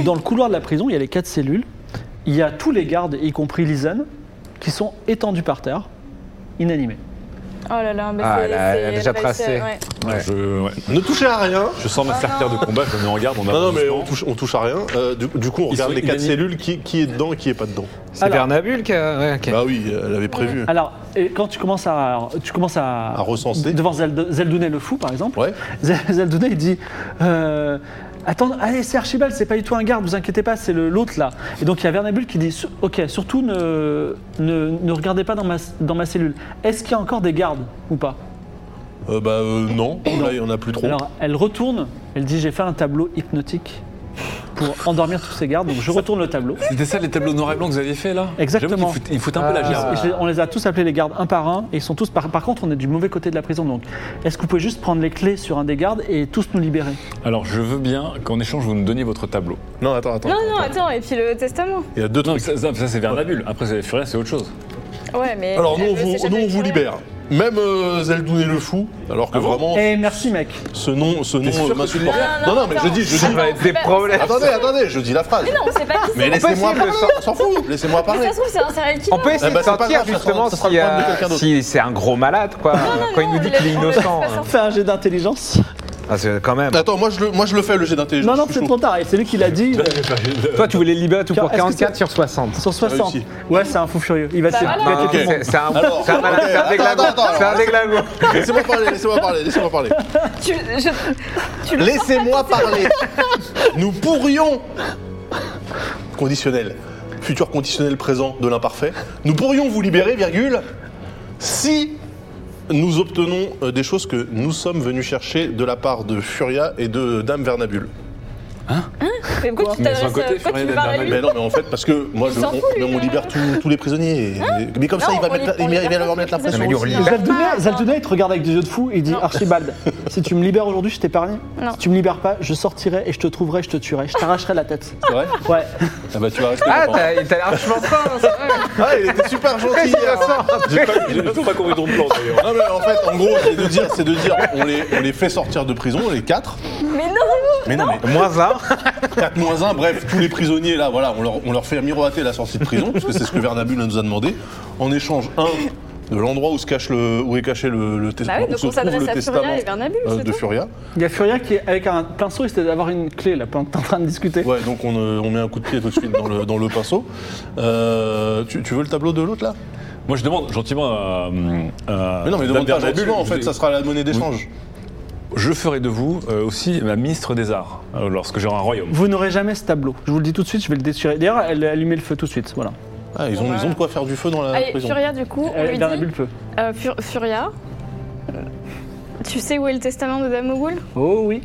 [SPEAKER 1] dans le couloir de la prison, il y a les quatre cellules. Il y a tous les gardes, y compris Lisanne, qui sont étendus par terre, inanimés.
[SPEAKER 3] Oh là là, mais
[SPEAKER 5] Ah,
[SPEAKER 3] c'est-
[SPEAKER 5] elle a-
[SPEAKER 3] c'est-
[SPEAKER 5] elle a déjà
[SPEAKER 3] va
[SPEAKER 5] tracé.
[SPEAKER 3] essayer, ouais.
[SPEAKER 5] Ouais.
[SPEAKER 2] Je, ouais.
[SPEAKER 4] ne touchez à rien.
[SPEAKER 2] je sens ma carrière de combat, je me regarde, on a.
[SPEAKER 4] Non, non, mais on touche, on touche à rien. Euh, du, du coup, on regarde
[SPEAKER 2] sont
[SPEAKER 4] les quatre
[SPEAKER 2] inanimés.
[SPEAKER 4] cellules, qui, qui est dedans et qui est pas dedans.
[SPEAKER 5] C'est
[SPEAKER 1] Alors-
[SPEAKER 5] Bernabule qui a. ouais, ok.
[SPEAKER 4] Bah oui, elle avait prévu.
[SPEAKER 1] Alors, et quand tu commences à, tu commences à,
[SPEAKER 4] À recenser.
[SPEAKER 1] devant Zeld- Zeldounet le fou, par exemple,
[SPEAKER 4] Ouais.
[SPEAKER 1] Zel- Zeldounet il dit euh, Attends, allez, c'est Archibald, c'est pas du tout un garde, vous inquiétez pas, c'est le- l'autre là. Et donc il y a Vernabule qui dit Sur- Ok, surtout ne, ne, ne regardez pas dans ma, dans ma cellule. Est-ce qu'il y a encore des gardes ou pas
[SPEAKER 4] Euh, bah euh, non, là il y en a plus trop.
[SPEAKER 1] Alors elle retourne, elle dit J'ai fait un tableau hypnotique pour endormir tous ces gardes, donc je retourne le tableau.
[SPEAKER 2] C'était ça les tableaux noir et blanc que vous aviez fait là
[SPEAKER 1] Exactement.
[SPEAKER 2] J'avoue qu'ils foutent- Ils foutent un peu la
[SPEAKER 5] Ah.
[SPEAKER 2] gerbe.
[SPEAKER 1] Et je les- on les a tous appelés les gardes un par un et ils sont tous par, par contre on est du mauvais côté de la prison donc est-ce que vous pouvez juste prendre les clés sur un des gardes et tous nous libérer
[SPEAKER 2] Alors je veux bien qu'en échange vous me donniez votre tableau.
[SPEAKER 4] Non, attends, attends.
[SPEAKER 3] Non,
[SPEAKER 4] attends,
[SPEAKER 3] non,
[SPEAKER 4] attends.
[SPEAKER 3] attends, et puis le testament.
[SPEAKER 4] Il y a deux
[SPEAKER 2] Non,
[SPEAKER 4] trucs.
[SPEAKER 2] mais ça, ça- ça, c'est Vernabule. Après, c'est Furia, c'est autre chose.
[SPEAKER 3] Ouais, mais.
[SPEAKER 4] Alors nous, on
[SPEAKER 3] elle veut
[SPEAKER 4] vous, nous,
[SPEAKER 3] s'échapper
[SPEAKER 4] on vous
[SPEAKER 3] avec
[SPEAKER 4] libère. Même euh, Zeldoun et le fou, alors que
[SPEAKER 2] Ah bon
[SPEAKER 4] vraiment
[SPEAKER 1] Eh merci mec
[SPEAKER 4] ce nom, ce nom
[SPEAKER 2] sûr
[SPEAKER 4] euh,
[SPEAKER 2] que
[SPEAKER 4] m'insupporte.
[SPEAKER 3] tu l'as
[SPEAKER 4] Non, non, mais je dis, je
[SPEAKER 5] Ça
[SPEAKER 4] dis.
[SPEAKER 5] va être des
[SPEAKER 3] Bah,
[SPEAKER 5] problèmes.
[SPEAKER 4] Attendez, attendez, je dis la phrase.
[SPEAKER 3] Furia. Non, on sait pas qui c'est.
[SPEAKER 4] Mais laissez-moi
[SPEAKER 5] possible,
[SPEAKER 4] parler, on s'en fout, laissez-moi
[SPEAKER 3] Mais
[SPEAKER 4] parler.
[SPEAKER 3] ça se trouve, c'est un serial killer.
[SPEAKER 5] On peut essayer
[SPEAKER 4] bah,
[SPEAKER 5] de
[SPEAKER 4] c'est pas
[SPEAKER 5] sentir
[SPEAKER 4] grave, ça sera-
[SPEAKER 5] justement
[SPEAKER 4] ça sera
[SPEAKER 5] si,
[SPEAKER 4] le problème de
[SPEAKER 5] euh,
[SPEAKER 4] quelqu'un d'autre.
[SPEAKER 5] si c'est un gros malade quoi. Quand il nous dit
[SPEAKER 3] il a-
[SPEAKER 5] qu'il est
[SPEAKER 3] on le laisse
[SPEAKER 5] innocent.
[SPEAKER 3] pas sortir.
[SPEAKER 1] Fais un jet d'intelligence.
[SPEAKER 5] Ah, c'est quand même.
[SPEAKER 4] Attends, moi je le, moi, je le fais, le jet d'intelligence.
[SPEAKER 1] Non, non,
[SPEAKER 4] je suis
[SPEAKER 1] c'est
[SPEAKER 4] chaud.
[SPEAKER 1] trop tard. Et c'est lui qui l'a dit euh,
[SPEAKER 5] Toi, tu voulais libérer tout pour
[SPEAKER 1] Est-ce que
[SPEAKER 5] 44
[SPEAKER 1] c'est-
[SPEAKER 5] sur 60.
[SPEAKER 1] sur 60.
[SPEAKER 4] réussi.
[SPEAKER 1] Ouais, c'est un fou furieux. Il va tuer.
[SPEAKER 3] Bah voilà.
[SPEAKER 1] Il va tuer
[SPEAKER 5] Ah,
[SPEAKER 1] tout le monde.
[SPEAKER 5] c'est- C'est un,
[SPEAKER 4] Alors,
[SPEAKER 5] c'est un malade,
[SPEAKER 4] ok,
[SPEAKER 5] c'est un
[SPEAKER 4] attends,
[SPEAKER 5] déglingo.
[SPEAKER 4] attends, attends.
[SPEAKER 5] C'est un déglingo.
[SPEAKER 4] Laissez-moi parler, laissez-moi parler, laissez-moi parler.
[SPEAKER 3] Tu, je- tu le
[SPEAKER 4] Laissez-moi parler. Nous pourrions. Conditionnel. Futur conditionnel présent de l'imparfait. Nous pourrions vous libérer, virgule, si nous obtenons euh, des choses que nous sommes venus chercher de la part de Furia et de Dame Vernabule.
[SPEAKER 3] Mais pourquoi tu
[SPEAKER 2] Mais sur un
[SPEAKER 3] t'adresses
[SPEAKER 2] côté,
[SPEAKER 3] euh, pourquoi
[SPEAKER 2] Florian
[SPEAKER 3] tu parles à
[SPEAKER 2] Darmanin.
[SPEAKER 3] lui
[SPEAKER 4] Mais non, mais en fait, parce que moi, je-
[SPEAKER 3] s'en
[SPEAKER 4] on,
[SPEAKER 3] fout, lui,
[SPEAKER 4] mais on
[SPEAKER 3] là.
[SPEAKER 4] libère tous- tous les prisonniers. et- mais comme ça,
[SPEAKER 3] Non,
[SPEAKER 4] il va,
[SPEAKER 3] on les-
[SPEAKER 4] mettre,
[SPEAKER 3] on les
[SPEAKER 4] il va- il va
[SPEAKER 3] libère
[SPEAKER 4] leur mettre la
[SPEAKER 3] tous les
[SPEAKER 4] pression.
[SPEAKER 5] Mais lui, on
[SPEAKER 4] aussi.
[SPEAKER 5] libère.
[SPEAKER 1] Zaltuna, Zaltuna, il te regarde avec des yeux de fou. Il dit Archibald, si tu me libères aujourd'hui, je t'épargne.
[SPEAKER 3] Non.
[SPEAKER 1] Si tu me libères pas, je sortirai et je te trouverai, je te tuerai. Je t'arracherai la tête.
[SPEAKER 4] C'est vrai
[SPEAKER 1] Ouais.
[SPEAKER 4] Ah bah, tu vas rester.
[SPEAKER 5] Ah,
[SPEAKER 4] longtemps.
[SPEAKER 5] t'as t'as l'air vachement fin, hein, c'est vrai.
[SPEAKER 4] Ah, il était super gentil. hein.
[SPEAKER 2] J'ai pas- J'ai toujours pas compris ton plan d'ailleurs.
[SPEAKER 4] Non mais en fait, en gros, c'est de dire, c'est de dire, on les, on les fait sortir de prison, les quatre.
[SPEAKER 3] Mais non
[SPEAKER 4] Mais non, mais
[SPEAKER 5] Moins un.
[SPEAKER 4] 4 moins 1, bref, tous les prisonniers, là, voilà, on leur, on leur fait miroiter la sortie de prison, parce que c'est ce que Vernabule nous a demandé. En échange, un, de l'endroit où, se cache le, où est caché le, le testament,
[SPEAKER 3] Bah oui,
[SPEAKER 4] où
[SPEAKER 3] donc
[SPEAKER 4] se
[SPEAKER 3] on
[SPEAKER 4] trouve
[SPEAKER 3] s'adresse
[SPEAKER 4] le
[SPEAKER 3] à
[SPEAKER 4] testament
[SPEAKER 3] Furia et Vernabule,
[SPEAKER 4] euh,
[SPEAKER 3] c'est
[SPEAKER 4] de
[SPEAKER 3] tout.
[SPEAKER 4] Furia.
[SPEAKER 1] Il y a Furia qui est avec un pinceau, il essaie d'avoir une clé là pendant que t'es en train de discuter.
[SPEAKER 4] Ouais, donc on, euh, on met un coup de pied tout de suite dans le, dans le pinceau. Euh, tu, tu veux le tableau de l'autre, là
[SPEAKER 2] Moi, je demande gentiment à. à
[SPEAKER 4] Mais non, mais
[SPEAKER 2] Madame
[SPEAKER 4] demande pas
[SPEAKER 2] Bernabé,
[SPEAKER 4] gentiment, en
[SPEAKER 2] je-
[SPEAKER 4] fait, ça sera la monnaie d'échange.
[SPEAKER 2] Je ferai de vous euh, aussi ma ministre des Arts euh, lorsque j'aurai un royaume.
[SPEAKER 1] Vous n'aurez jamais ce tableau. Je vous le dis tout de suite, je vais le déchirer. D'ailleurs, elle a allumé le feu tout de suite. Voilà.
[SPEAKER 4] Ah, ils ont, ils ont de quoi faire du feu dans la
[SPEAKER 3] Allez,
[SPEAKER 4] prison.
[SPEAKER 3] Furia, du coup, on lui
[SPEAKER 1] Elle, Bernabule
[SPEAKER 3] dit...
[SPEAKER 1] peut.
[SPEAKER 3] euh, Fur- Furia, euh, tu sais où est le testament de Dame Mogul
[SPEAKER 1] Oh oui.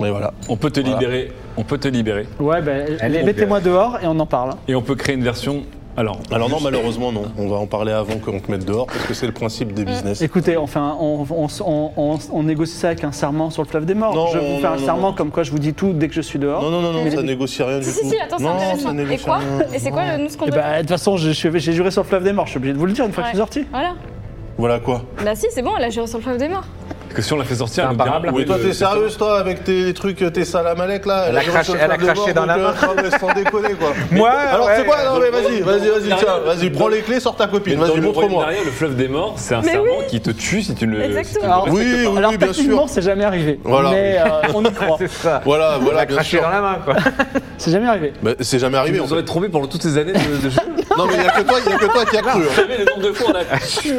[SPEAKER 4] Mais voilà.
[SPEAKER 2] On peut te
[SPEAKER 4] Voilà.
[SPEAKER 2] libérer, on peut te libérer,
[SPEAKER 1] Ouais, ben,
[SPEAKER 5] Elle est
[SPEAKER 1] mettez-moi dehors et on en parle.
[SPEAKER 2] et on peut créer une version. Alors,
[SPEAKER 4] Alors non, malheureusement, non. On va en parler avant qu'on te mette dehors, parce que c'est le principe des business.
[SPEAKER 3] Euh,
[SPEAKER 1] Écoutez, on, fait un- on, on- on- on- on négocie ça avec un serment sur le fleuve des morts.
[SPEAKER 4] Non,
[SPEAKER 1] je vous
[SPEAKER 4] non,
[SPEAKER 1] fais un
[SPEAKER 4] non,
[SPEAKER 1] serment
[SPEAKER 4] non.
[SPEAKER 1] comme quoi je vous dis tout dès que je suis dehors.
[SPEAKER 4] Non, non, non, non, ça négocie rien du
[SPEAKER 3] Si,
[SPEAKER 4] tout.
[SPEAKER 3] si, si, attends, c'est
[SPEAKER 4] Non, ça
[SPEAKER 3] intéressant. Et
[SPEAKER 4] négocie
[SPEAKER 3] quoi
[SPEAKER 4] rien.
[SPEAKER 3] Et c'est quoi le, nous ce qu'on
[SPEAKER 1] Et
[SPEAKER 3] doit
[SPEAKER 1] bah, de toute façon, je suis- j'ai juré sur le fleuve des morts, je suis obligé de vous le dire une fois que je suis
[SPEAKER 3] Ouais.
[SPEAKER 1] sorti.
[SPEAKER 3] Voilà.
[SPEAKER 4] Voilà quoi.
[SPEAKER 3] Bah si, c'est bon, elle a géré sur le fleuve des morts.
[SPEAKER 2] que si on la fait sortir,
[SPEAKER 5] C'est
[SPEAKER 2] elle nous dira
[SPEAKER 5] imparable.
[SPEAKER 2] où
[SPEAKER 4] Mais
[SPEAKER 2] est
[SPEAKER 4] toi,
[SPEAKER 2] le-
[SPEAKER 4] t'es sérieuse, toi, avec tes trucs, tes salamalek là
[SPEAKER 5] Elle a
[SPEAKER 4] géré
[SPEAKER 5] craché-
[SPEAKER 4] sur le
[SPEAKER 5] elle a
[SPEAKER 4] fleuve de
[SPEAKER 5] craché
[SPEAKER 4] mort,
[SPEAKER 5] dans la
[SPEAKER 4] donc, euh, non, mais sans déconner, quoi.
[SPEAKER 5] Moi,
[SPEAKER 4] Alors,
[SPEAKER 5] ouais.
[SPEAKER 4] c'est quoi Non, mais vas-y, vas-y, vas-y, tiens, vas-y, prends les clés, sors ta copine,
[SPEAKER 2] Dans
[SPEAKER 4] vas-y,
[SPEAKER 2] le royaume
[SPEAKER 4] montre-moi.
[SPEAKER 2] d'arrière, le fleuve des morts, c'est un
[SPEAKER 3] Mais
[SPEAKER 2] serment
[SPEAKER 3] oui.
[SPEAKER 2] qui te tue si tu ne le.
[SPEAKER 3] Exactement.
[SPEAKER 2] si tu ne le respectes
[SPEAKER 4] Oui,
[SPEAKER 2] pas.
[SPEAKER 4] oui,
[SPEAKER 1] Alors,
[SPEAKER 4] oui, bien
[SPEAKER 1] techniquement,
[SPEAKER 4] sûr.
[SPEAKER 1] c'est jamais arrivé.
[SPEAKER 4] Voilà.
[SPEAKER 1] Mais euh, on y croit.
[SPEAKER 5] C'est ça.
[SPEAKER 4] Voilà,
[SPEAKER 5] On l'a
[SPEAKER 4] voilà, bien
[SPEAKER 5] craché
[SPEAKER 4] sûr.
[SPEAKER 5] dans la main, quoi.
[SPEAKER 1] C'est jamais arrivé.
[SPEAKER 4] Bah, c'est jamais arrivé. en
[SPEAKER 2] Vous aurez
[SPEAKER 4] fait.
[SPEAKER 2] trompé pendant toutes ces années de, de jeu.
[SPEAKER 4] Non, mais il y a que toi, il y a que toi qui as cru. hein.
[SPEAKER 2] Vous savez le nombre de fois on a tué,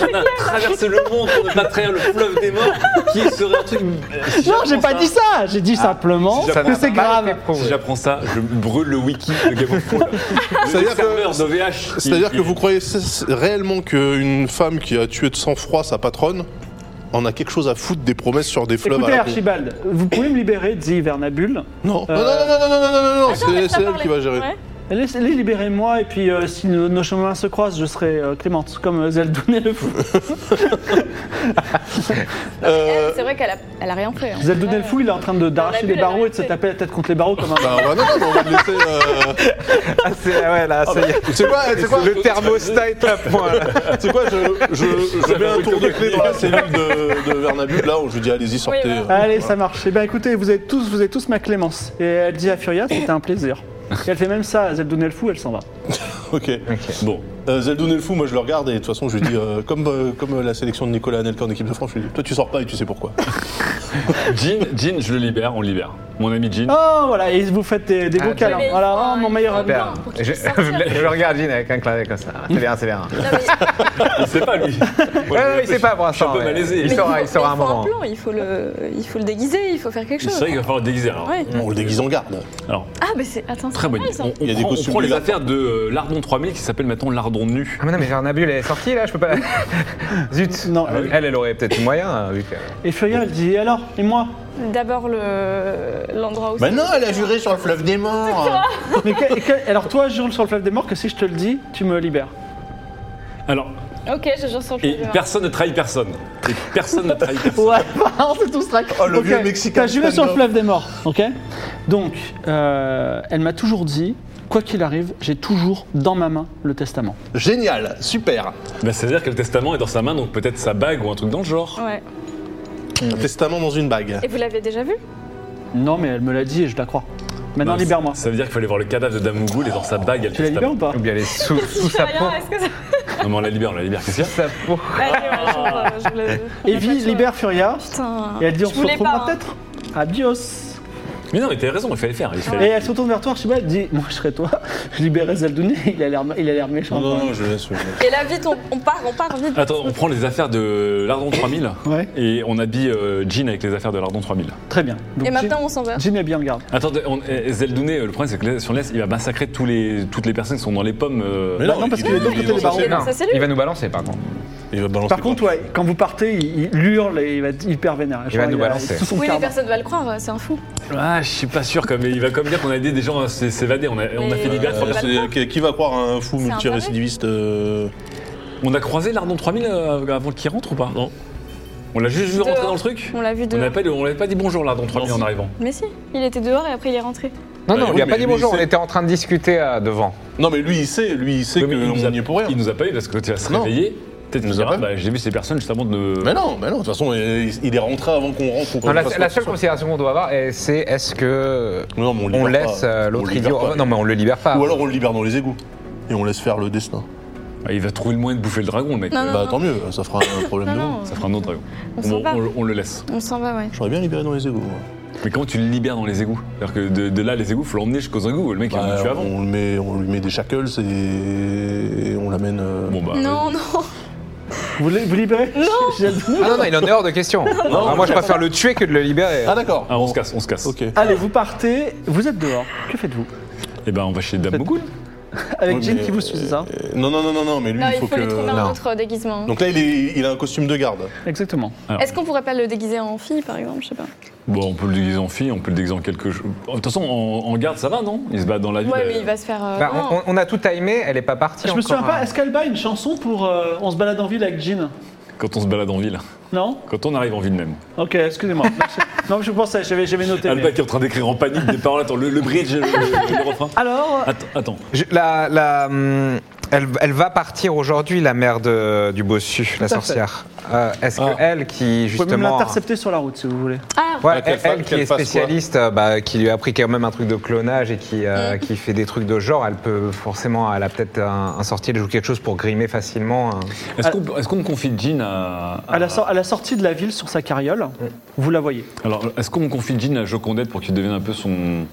[SPEAKER 2] on a traversé le monde pour ne pas trahir le fleuve des morts, qui serait un truc. euh,
[SPEAKER 1] Non, j'ai pas dit ça. J'ai
[SPEAKER 4] Ah,
[SPEAKER 1] dit simplement
[SPEAKER 2] si ça
[SPEAKER 1] que
[SPEAKER 2] n'a
[SPEAKER 1] c'est
[SPEAKER 5] Mal
[SPEAKER 1] grave.
[SPEAKER 5] été prouvé.
[SPEAKER 2] Si j'apprends ça, je brûle le wiki de Game of Thrones.
[SPEAKER 4] C'est-à-dire
[SPEAKER 2] Le serveur d'OVH. qui-
[SPEAKER 4] C'est-à-dire
[SPEAKER 2] qui-
[SPEAKER 4] que vous croyez c- c- réellement qu'une femme qui a tué de sang-froid sa patronne en a quelque chose à foutre des promesses sur des fleuves à
[SPEAKER 1] Écoutez,
[SPEAKER 4] la con
[SPEAKER 1] Archibald, vous pouvez me libérer, dit Vernabule.
[SPEAKER 4] Non, non, non,
[SPEAKER 1] Euh,
[SPEAKER 4] non, non, non, non, non, non, non, c'est
[SPEAKER 3] mais ça
[SPEAKER 4] c'est elle
[SPEAKER 3] parlait-
[SPEAKER 4] qui va gérer.
[SPEAKER 3] ouais.
[SPEAKER 1] Laissez- les libérez-moi, et puis euh, si nos, nos chemins se croisent, je serai euh, clémente, comme euh, Zeldun et le fou.
[SPEAKER 4] Euh,
[SPEAKER 3] Elle, C'est vrai qu'elle a, elle a rien fait. hein.
[SPEAKER 1] Zeldun et le fou, il est en train de- d'arracher
[SPEAKER 3] Vernabule,
[SPEAKER 1] les barreaux
[SPEAKER 3] elle a
[SPEAKER 1] et de se
[SPEAKER 3] fait.
[SPEAKER 1] taper la tête contre les barreaux comme un.
[SPEAKER 4] Bah, ouais, non, non, mais on va le laisser. euh,
[SPEAKER 5] Ah, c'est- ah ouais, là, ça y est.
[SPEAKER 4] C'est quoi, c'est quoi
[SPEAKER 5] Le thermostat est à point. là.
[SPEAKER 4] C'est quoi, je, je, je mets un tour de clé dans la cellule de, de Vernabule, là, où je lui dis, allez-y, sortez.
[SPEAKER 3] Oui, voilà.
[SPEAKER 1] Allez, ça marche. Eh bien, écoutez, vous avez tous, vous avez tous ma clémence. Et elle dit à Furia, c'était un plaisir. Et elle fait même ça à Zeldun et le fou, elle s'en va.
[SPEAKER 4] Ok.
[SPEAKER 2] Bon,
[SPEAKER 4] Euh, Zeldoun et le fou, moi, je le regarde, et de toute façon, je lui dis, euh, comme, euh, comme la sélection de Nicolas Anelka en équipe de France, je lui dis, toi, tu sors pas et tu sais pourquoi.
[SPEAKER 2] Jean, Jean, je le libère, on le libère. Mon ami Jean.
[SPEAKER 1] Oh, voilà, et vous faites des, des beaux
[SPEAKER 5] Ah,
[SPEAKER 1] câlins.
[SPEAKER 3] mais-
[SPEAKER 1] Voilà, oh, mon meilleur ami.
[SPEAKER 5] Super.
[SPEAKER 3] pour
[SPEAKER 5] Je,
[SPEAKER 3] qu'il puisse sortir.
[SPEAKER 5] je le regarde Jean avec un clavier comme ça. C'est bien, c'est bien.
[SPEAKER 3] Non, mais-
[SPEAKER 2] Il sait pas, lui.
[SPEAKER 5] Ouais, ouais, il sait pas pour
[SPEAKER 2] Je suis un
[SPEAKER 5] l'instant.
[SPEAKER 2] peu
[SPEAKER 5] ouais.
[SPEAKER 2] malaisé.
[SPEAKER 5] Il
[SPEAKER 2] Mais
[SPEAKER 5] saura, il
[SPEAKER 3] faut-
[SPEAKER 5] saura un
[SPEAKER 3] il faut
[SPEAKER 5] moment.
[SPEAKER 3] plan, il faut, le, il faut le déguiser, il faut faire quelque
[SPEAKER 2] C'est
[SPEAKER 3] chose.
[SPEAKER 2] vrai qu'il va falloir le déguiser alors.
[SPEAKER 3] Ouais.
[SPEAKER 4] On le déguise en garde.
[SPEAKER 2] Alors,
[SPEAKER 3] Ah, mais c'est. Attends, c'est
[SPEAKER 2] très bonne
[SPEAKER 3] pas mal,
[SPEAKER 2] idée.
[SPEAKER 3] ça.
[SPEAKER 2] On, on
[SPEAKER 4] Il y a des
[SPEAKER 2] prend,
[SPEAKER 4] costumes
[SPEAKER 2] on prend
[SPEAKER 4] de
[SPEAKER 2] les
[SPEAKER 4] garde.
[SPEAKER 2] affaires de euh, Lardon 3000 qui s'appelle maintenant Lardon nu.
[SPEAKER 5] Ah mais non, mais Vernabule est sortie là, je peux pas. Zut
[SPEAKER 1] Non,
[SPEAKER 5] Elle, elle, aurait peut-être moyen, hein, vu que.
[SPEAKER 1] Et Furia, elle dit, et alors, et moi
[SPEAKER 3] D'abord le l'endroit où.
[SPEAKER 4] Bah non, elle a juré sur le fleuve des morts.
[SPEAKER 1] Mais que- et que- Alors, toi, jure sur le fleuve des morts que si je te le dis, tu me libères.
[SPEAKER 2] Alors,
[SPEAKER 3] Ok, je jure sur le
[SPEAKER 2] et
[SPEAKER 3] fleuve des morts.
[SPEAKER 2] personne ne trahit personne. Et personne ne trahit personne.
[SPEAKER 1] Ouais, on s'est tous traqués.
[SPEAKER 4] Oh, le
[SPEAKER 1] Ok,
[SPEAKER 4] vieux Mexicain
[SPEAKER 1] T'as juré sur
[SPEAKER 4] stand-up.
[SPEAKER 1] le fleuve des morts, ok Donc, euh, elle m'a toujours dit, quoi qu'il arrive, j'ai toujours dans ma main le testament.
[SPEAKER 4] Génial, super.
[SPEAKER 2] Bah, C'est-à-dire que le testament est dans sa main, donc peut-être sa bague ou un truc dans le genre.
[SPEAKER 3] Ouais.
[SPEAKER 4] Un testament dans une bague.
[SPEAKER 3] Et vous l'avez déjà vu
[SPEAKER 1] Non, mais elle me l'a dit et je la crois. Maintenant,
[SPEAKER 2] Non,
[SPEAKER 1] libère-moi.
[SPEAKER 2] Ça veut dire qu'il faut aller voir le cadavre de Dame Mougoul et dans sa bague, elle
[SPEAKER 1] Tu la libères ou pas
[SPEAKER 5] Ou bien elle Ah, est sous, sous sa peau.
[SPEAKER 3] Furia, est-ce que ça-
[SPEAKER 2] Non, mais on la libère, on la libère. Qu'est-ce qu'il y a
[SPEAKER 5] Ça pour-
[SPEAKER 1] Evie libère Furia
[SPEAKER 3] Putain.
[SPEAKER 1] et elle dit on
[SPEAKER 3] Je
[SPEAKER 1] se
[SPEAKER 3] voulais
[SPEAKER 1] retrouvera
[SPEAKER 3] pas, hein.
[SPEAKER 1] peut-être. Adios.
[SPEAKER 2] Mais non, mais t'avais raison, il fallait faire. Il
[SPEAKER 1] Et
[SPEAKER 2] fallait...
[SPEAKER 1] elle se retourne vers toi, Archibald, elle dit Moi je serais toi, je libérais Zalduni, il a l'air il a l'air méchant.
[SPEAKER 4] Non, non, non, je laisse.
[SPEAKER 3] Et là, vite, on, on part, on part vite.
[SPEAKER 2] Attends, on prend les affaires de Lardon 3000
[SPEAKER 1] Ouais,
[SPEAKER 2] et on habille euh, Jean avec les affaires de Lardon 3000.
[SPEAKER 1] très bien. Donc,
[SPEAKER 3] Et maintenant,
[SPEAKER 1] Jin-
[SPEAKER 3] on s'en va.
[SPEAKER 1] Jin est bien en garde.
[SPEAKER 2] Attendez, on, eh, Zeldouné, euh, le problème c'est que là, sur l'Est, il va massacrer tous les, toutes les personnes qui sont dans les pommes. euh,
[SPEAKER 4] Mais
[SPEAKER 1] Bah non, parce
[SPEAKER 4] il-
[SPEAKER 1] qu'il est de l'autre
[SPEAKER 4] il-
[SPEAKER 1] côté des
[SPEAKER 4] il-
[SPEAKER 1] barreaux.
[SPEAKER 3] Non,
[SPEAKER 5] Non,
[SPEAKER 3] ça, c'est lui.
[SPEAKER 5] il va nous balancer par contre.
[SPEAKER 4] Il va balancer.
[SPEAKER 1] Par contre, ouais, quand vous partez, il, il hurle et il va être hyper vénère. Je
[SPEAKER 5] va
[SPEAKER 1] crois
[SPEAKER 5] nous
[SPEAKER 1] qu'il a-
[SPEAKER 5] balancer.
[SPEAKER 1] tout son
[SPEAKER 3] Oui, mais
[SPEAKER 1] karma.
[SPEAKER 3] personne va le croire, c'est un fou.
[SPEAKER 2] Ah, je suis pas sûr, comme il va comme dire qu'on a aidé des gens à s'é- s'évader. On a, on a
[SPEAKER 3] Mais-
[SPEAKER 2] fait libérer trois
[SPEAKER 4] Euh,
[SPEAKER 2] personnes.
[SPEAKER 4] c'est- qui- qui va croire à un fou
[SPEAKER 3] C'est un
[SPEAKER 4] multirécidiviste euh,
[SPEAKER 2] On a croisé Lardon 3000 euh, avant qu'il rentre ou pas Non. On l'a juste vu
[SPEAKER 3] Dehors.
[SPEAKER 2] rentrer dans le truc
[SPEAKER 3] On l'a vu
[SPEAKER 2] On
[SPEAKER 3] dehors.
[SPEAKER 2] n'a pas, on l'avait pas dit bonjour Lardon 3000 en arrivant.
[SPEAKER 3] Mais si, il était dehors et après, il est rentré.
[SPEAKER 5] Non,
[SPEAKER 4] Bah,
[SPEAKER 5] non, on
[SPEAKER 4] oui,
[SPEAKER 5] lui a
[SPEAKER 4] mais
[SPEAKER 5] pas dit
[SPEAKER 4] lui,
[SPEAKER 5] bonjour,
[SPEAKER 4] il
[SPEAKER 5] on
[SPEAKER 4] sait.
[SPEAKER 5] était en train de discuter euh, devant.
[SPEAKER 4] Non, mais lui, il sait, lui, il sait
[SPEAKER 2] Oui, mais il nous
[SPEAKER 4] qu'on
[SPEAKER 2] a-
[SPEAKER 4] y est pour rien.
[SPEAKER 2] Il nous a pas eu parce que quand il va se
[SPEAKER 4] Non.
[SPEAKER 2] réveiller, peut-être qu'il nous
[SPEAKER 4] Il a
[SPEAKER 2] dira
[SPEAKER 4] pas.
[SPEAKER 2] bah, j'ai vu ces personnes juste avant de.
[SPEAKER 4] Mais non, mais non, de toute façon, il il est rentré avant qu'on rentre. ou qu'on
[SPEAKER 5] Non, la,
[SPEAKER 4] fasse
[SPEAKER 5] la
[SPEAKER 4] quoi que
[SPEAKER 5] seule
[SPEAKER 4] ce soit.
[SPEAKER 5] considération qu'on doit avoir, eh, c'est est-ce que
[SPEAKER 4] Non, mais on libère
[SPEAKER 5] on
[SPEAKER 4] pas.
[SPEAKER 5] laisse euh,
[SPEAKER 4] On
[SPEAKER 5] l'autre
[SPEAKER 4] libère
[SPEAKER 5] idiot
[SPEAKER 4] pas.
[SPEAKER 5] Non, mais on le libère pas.
[SPEAKER 4] Ou alors on le libère dans les égouts. Et on laisse faire le destin.
[SPEAKER 2] Ah, il va trouver le moyen de bouffer le dragon, le mec. Euh,
[SPEAKER 3] Non, non.
[SPEAKER 4] Bah tant mieux, ça fera un problème
[SPEAKER 3] Non,
[SPEAKER 4] de
[SPEAKER 3] non,
[SPEAKER 4] monde.
[SPEAKER 2] Ça fera un autre dragon.
[SPEAKER 3] on
[SPEAKER 2] On,
[SPEAKER 3] s'en va.
[SPEAKER 2] on- on le laisse.
[SPEAKER 3] On s'en va, ouais.
[SPEAKER 4] J'aurais bien libéré dans les égouts. moi.
[SPEAKER 2] Mais comment tu le libères dans les égouts C'est-à-dire que de, de là, les égouts, faut l'emmener jusqu'aux égouts. Le mec, il
[SPEAKER 4] Bah,
[SPEAKER 2] va tuer avant.
[SPEAKER 4] on, le met, on lui met des shackles et, et on l'amène. euh,
[SPEAKER 2] Bon, bah.
[SPEAKER 3] Non, non.
[SPEAKER 1] Vous, li- vous libérez Jaldou
[SPEAKER 5] Ah non, non, il en est hors de question. Ah, moi, je préfère le tuer que de le libérer.
[SPEAKER 4] Ah d'accord.
[SPEAKER 2] Ah, on se casse, on se casse.
[SPEAKER 4] Ok.
[SPEAKER 1] Allez, vous partez, vous êtes dehors. Que faites-vous
[SPEAKER 5] Euh,
[SPEAKER 2] Et ben, on va chez Dame Mogul.
[SPEAKER 1] Avec
[SPEAKER 4] Oui,
[SPEAKER 1] Jin
[SPEAKER 4] mais-
[SPEAKER 1] qui vous suit, c'est ça
[SPEAKER 4] Euh, Non, non, non, non, non, mais lui,
[SPEAKER 3] Non,
[SPEAKER 4] il faut, que.
[SPEAKER 3] lui trouver un
[SPEAKER 4] Non.
[SPEAKER 3] autre euh, déguisement.
[SPEAKER 4] Donc là, il, est- il a un costume de garde.
[SPEAKER 1] Exactement.
[SPEAKER 3] Est-ce qu'on pourrait pas le déguiser en fille, par exemple Je sais pas.
[SPEAKER 2] Bon, on peut le déguiser en fille, on peut le déguiser en quelque chose. De toute façon, en, en garde, ça va, non Il se bat dans la ville.
[SPEAKER 3] Ouais,
[SPEAKER 2] euh,
[SPEAKER 3] mais il va se faire. euh,
[SPEAKER 5] Bah,
[SPEAKER 3] non.
[SPEAKER 5] on, on a tout timé, elle est pas partie.
[SPEAKER 1] Ah, Je me souviens
[SPEAKER 5] encore,
[SPEAKER 1] pas,
[SPEAKER 5] hein.
[SPEAKER 1] est-ce qu'Alba a une chanson pour euh, On se balade en ville avec Jin
[SPEAKER 2] Quand on se balade en ville.
[SPEAKER 1] Non
[SPEAKER 2] Quand on arrive en ville même.
[SPEAKER 1] Ok, excusez-moi. Non, je- non, je pensais, j'avais j'avais noté. mais-
[SPEAKER 2] Alba qui est en train d'écrire en panique des paroles. Attends, le, le bridge, le, le- le refrain.
[SPEAKER 1] Alors,
[SPEAKER 4] euh,
[SPEAKER 2] Attends, attends.
[SPEAKER 5] Je- la, la, hum, elle, elle va partir aujourd'hui, la mère de, du bossu, la
[SPEAKER 1] fait.
[SPEAKER 5] sorcière. Euh, Est-ce que
[SPEAKER 2] Ah.
[SPEAKER 5] elle, qui
[SPEAKER 1] vous pouvez même
[SPEAKER 5] justement.
[SPEAKER 1] l'intercepter sur la route si vous voulez.
[SPEAKER 3] Ah,
[SPEAKER 5] Ouais,
[SPEAKER 4] Ah, qu'elle
[SPEAKER 5] elle,
[SPEAKER 4] fa-
[SPEAKER 5] elle qui
[SPEAKER 4] qu'elle
[SPEAKER 5] est
[SPEAKER 4] fasse quoi
[SPEAKER 5] spécialiste, euh, bah, qui lui a appris quand même un truc de clonage et qui, euh, qui fait des trucs de genre, elle peut forcément, elle a peut-être un, un sortilège ou quelque chose pour grimer facilement. hein.
[SPEAKER 2] Est-ce qu'on est-ce qu'on confie Jean à.
[SPEAKER 1] À la, sor- à la sortie de la ville sur sa carriole,
[SPEAKER 5] Mm.
[SPEAKER 1] vous la voyez.
[SPEAKER 2] Alors, est-ce qu'on confie Jean à Jocondette pour qu'il devienne un peu son,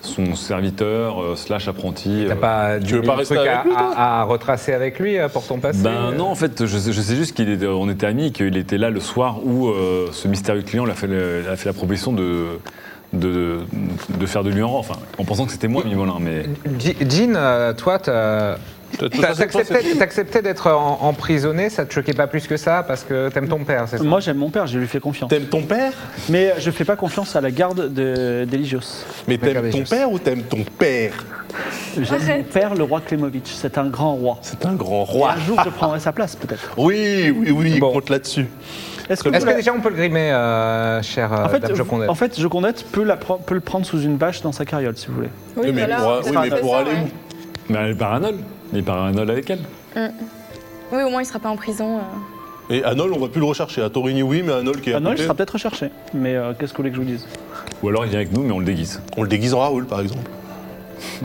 [SPEAKER 2] son serviteur, euh, slash apprenti
[SPEAKER 5] T'as
[SPEAKER 2] euh,
[SPEAKER 5] pas du
[SPEAKER 4] veux pas rester
[SPEAKER 5] truc à,
[SPEAKER 4] avec lui, toi
[SPEAKER 5] à- à retracer avec lui euh, pour ton passé
[SPEAKER 2] Ben non, en fait, je sais, je sais juste qu'on était amis, et qu'il était là le soir où euh, ce mystérieux client lui a fait, le- a fait la proposition de, de, de faire de lui un roi, enfin, en pensant que c'était moi, Mimolin, mais...
[SPEAKER 5] J- Jean, euh, toi, t'as- t'as- t'acceptais t'acceptais d'être en- emprisonné, ça te choquait pas plus que ça parce que t'aimes ton père, c'est ça
[SPEAKER 1] Moi j'aime mon père, je lui fais confiance.
[SPEAKER 4] T'aimes ton père
[SPEAKER 1] Mais euh, je fais pas confiance à la garde de- d'Eligios.
[SPEAKER 4] Mais t'aimes
[SPEAKER 5] Regardez,
[SPEAKER 4] ton
[SPEAKER 5] je-
[SPEAKER 4] père ou t'aimes ton père
[SPEAKER 1] J'aime mon père, le roi Klemovitch. C'est un grand roi.
[SPEAKER 4] C'est un grand
[SPEAKER 1] Et
[SPEAKER 4] roi.
[SPEAKER 1] un jour, je prendrai sa place, peut-être.
[SPEAKER 4] Oui, oui, oui, il
[SPEAKER 5] Bon.
[SPEAKER 4] compte là-dessus.
[SPEAKER 1] Est-ce que,
[SPEAKER 5] Est-ce
[SPEAKER 1] vous
[SPEAKER 5] que
[SPEAKER 1] la-
[SPEAKER 5] déjà on peut le grimer, euh, cher euh,
[SPEAKER 1] en fait,
[SPEAKER 5] Dame Jocondet
[SPEAKER 1] en fait, Jocondette peut, la pre- peut le prendre sous une bâche dans sa carriole, si vous voulez.
[SPEAKER 4] Oui, Eh, mais
[SPEAKER 3] voilà,
[SPEAKER 4] pour,
[SPEAKER 3] on
[SPEAKER 4] oui,
[SPEAKER 3] peut
[SPEAKER 4] mais
[SPEAKER 3] faire
[SPEAKER 4] pour
[SPEAKER 3] ça,
[SPEAKER 4] aller
[SPEAKER 3] ouais.
[SPEAKER 4] où
[SPEAKER 2] Mais elle est paranol, il est paranol avec elle.
[SPEAKER 3] Oui, au moins, il sera pas en prison. euh.
[SPEAKER 4] Et Anol, on va plus le rechercher. À Torigny, oui, mais Anol qui est à
[SPEAKER 1] Ah non, il
[SPEAKER 4] côté,
[SPEAKER 1] sera peut-être recherché. Mais euh, qu'est-ce que vous voulez que je vous dise
[SPEAKER 2] Ou alors il vient avec nous, mais on le déguise.
[SPEAKER 4] on le déguise en Raoul, par exemple.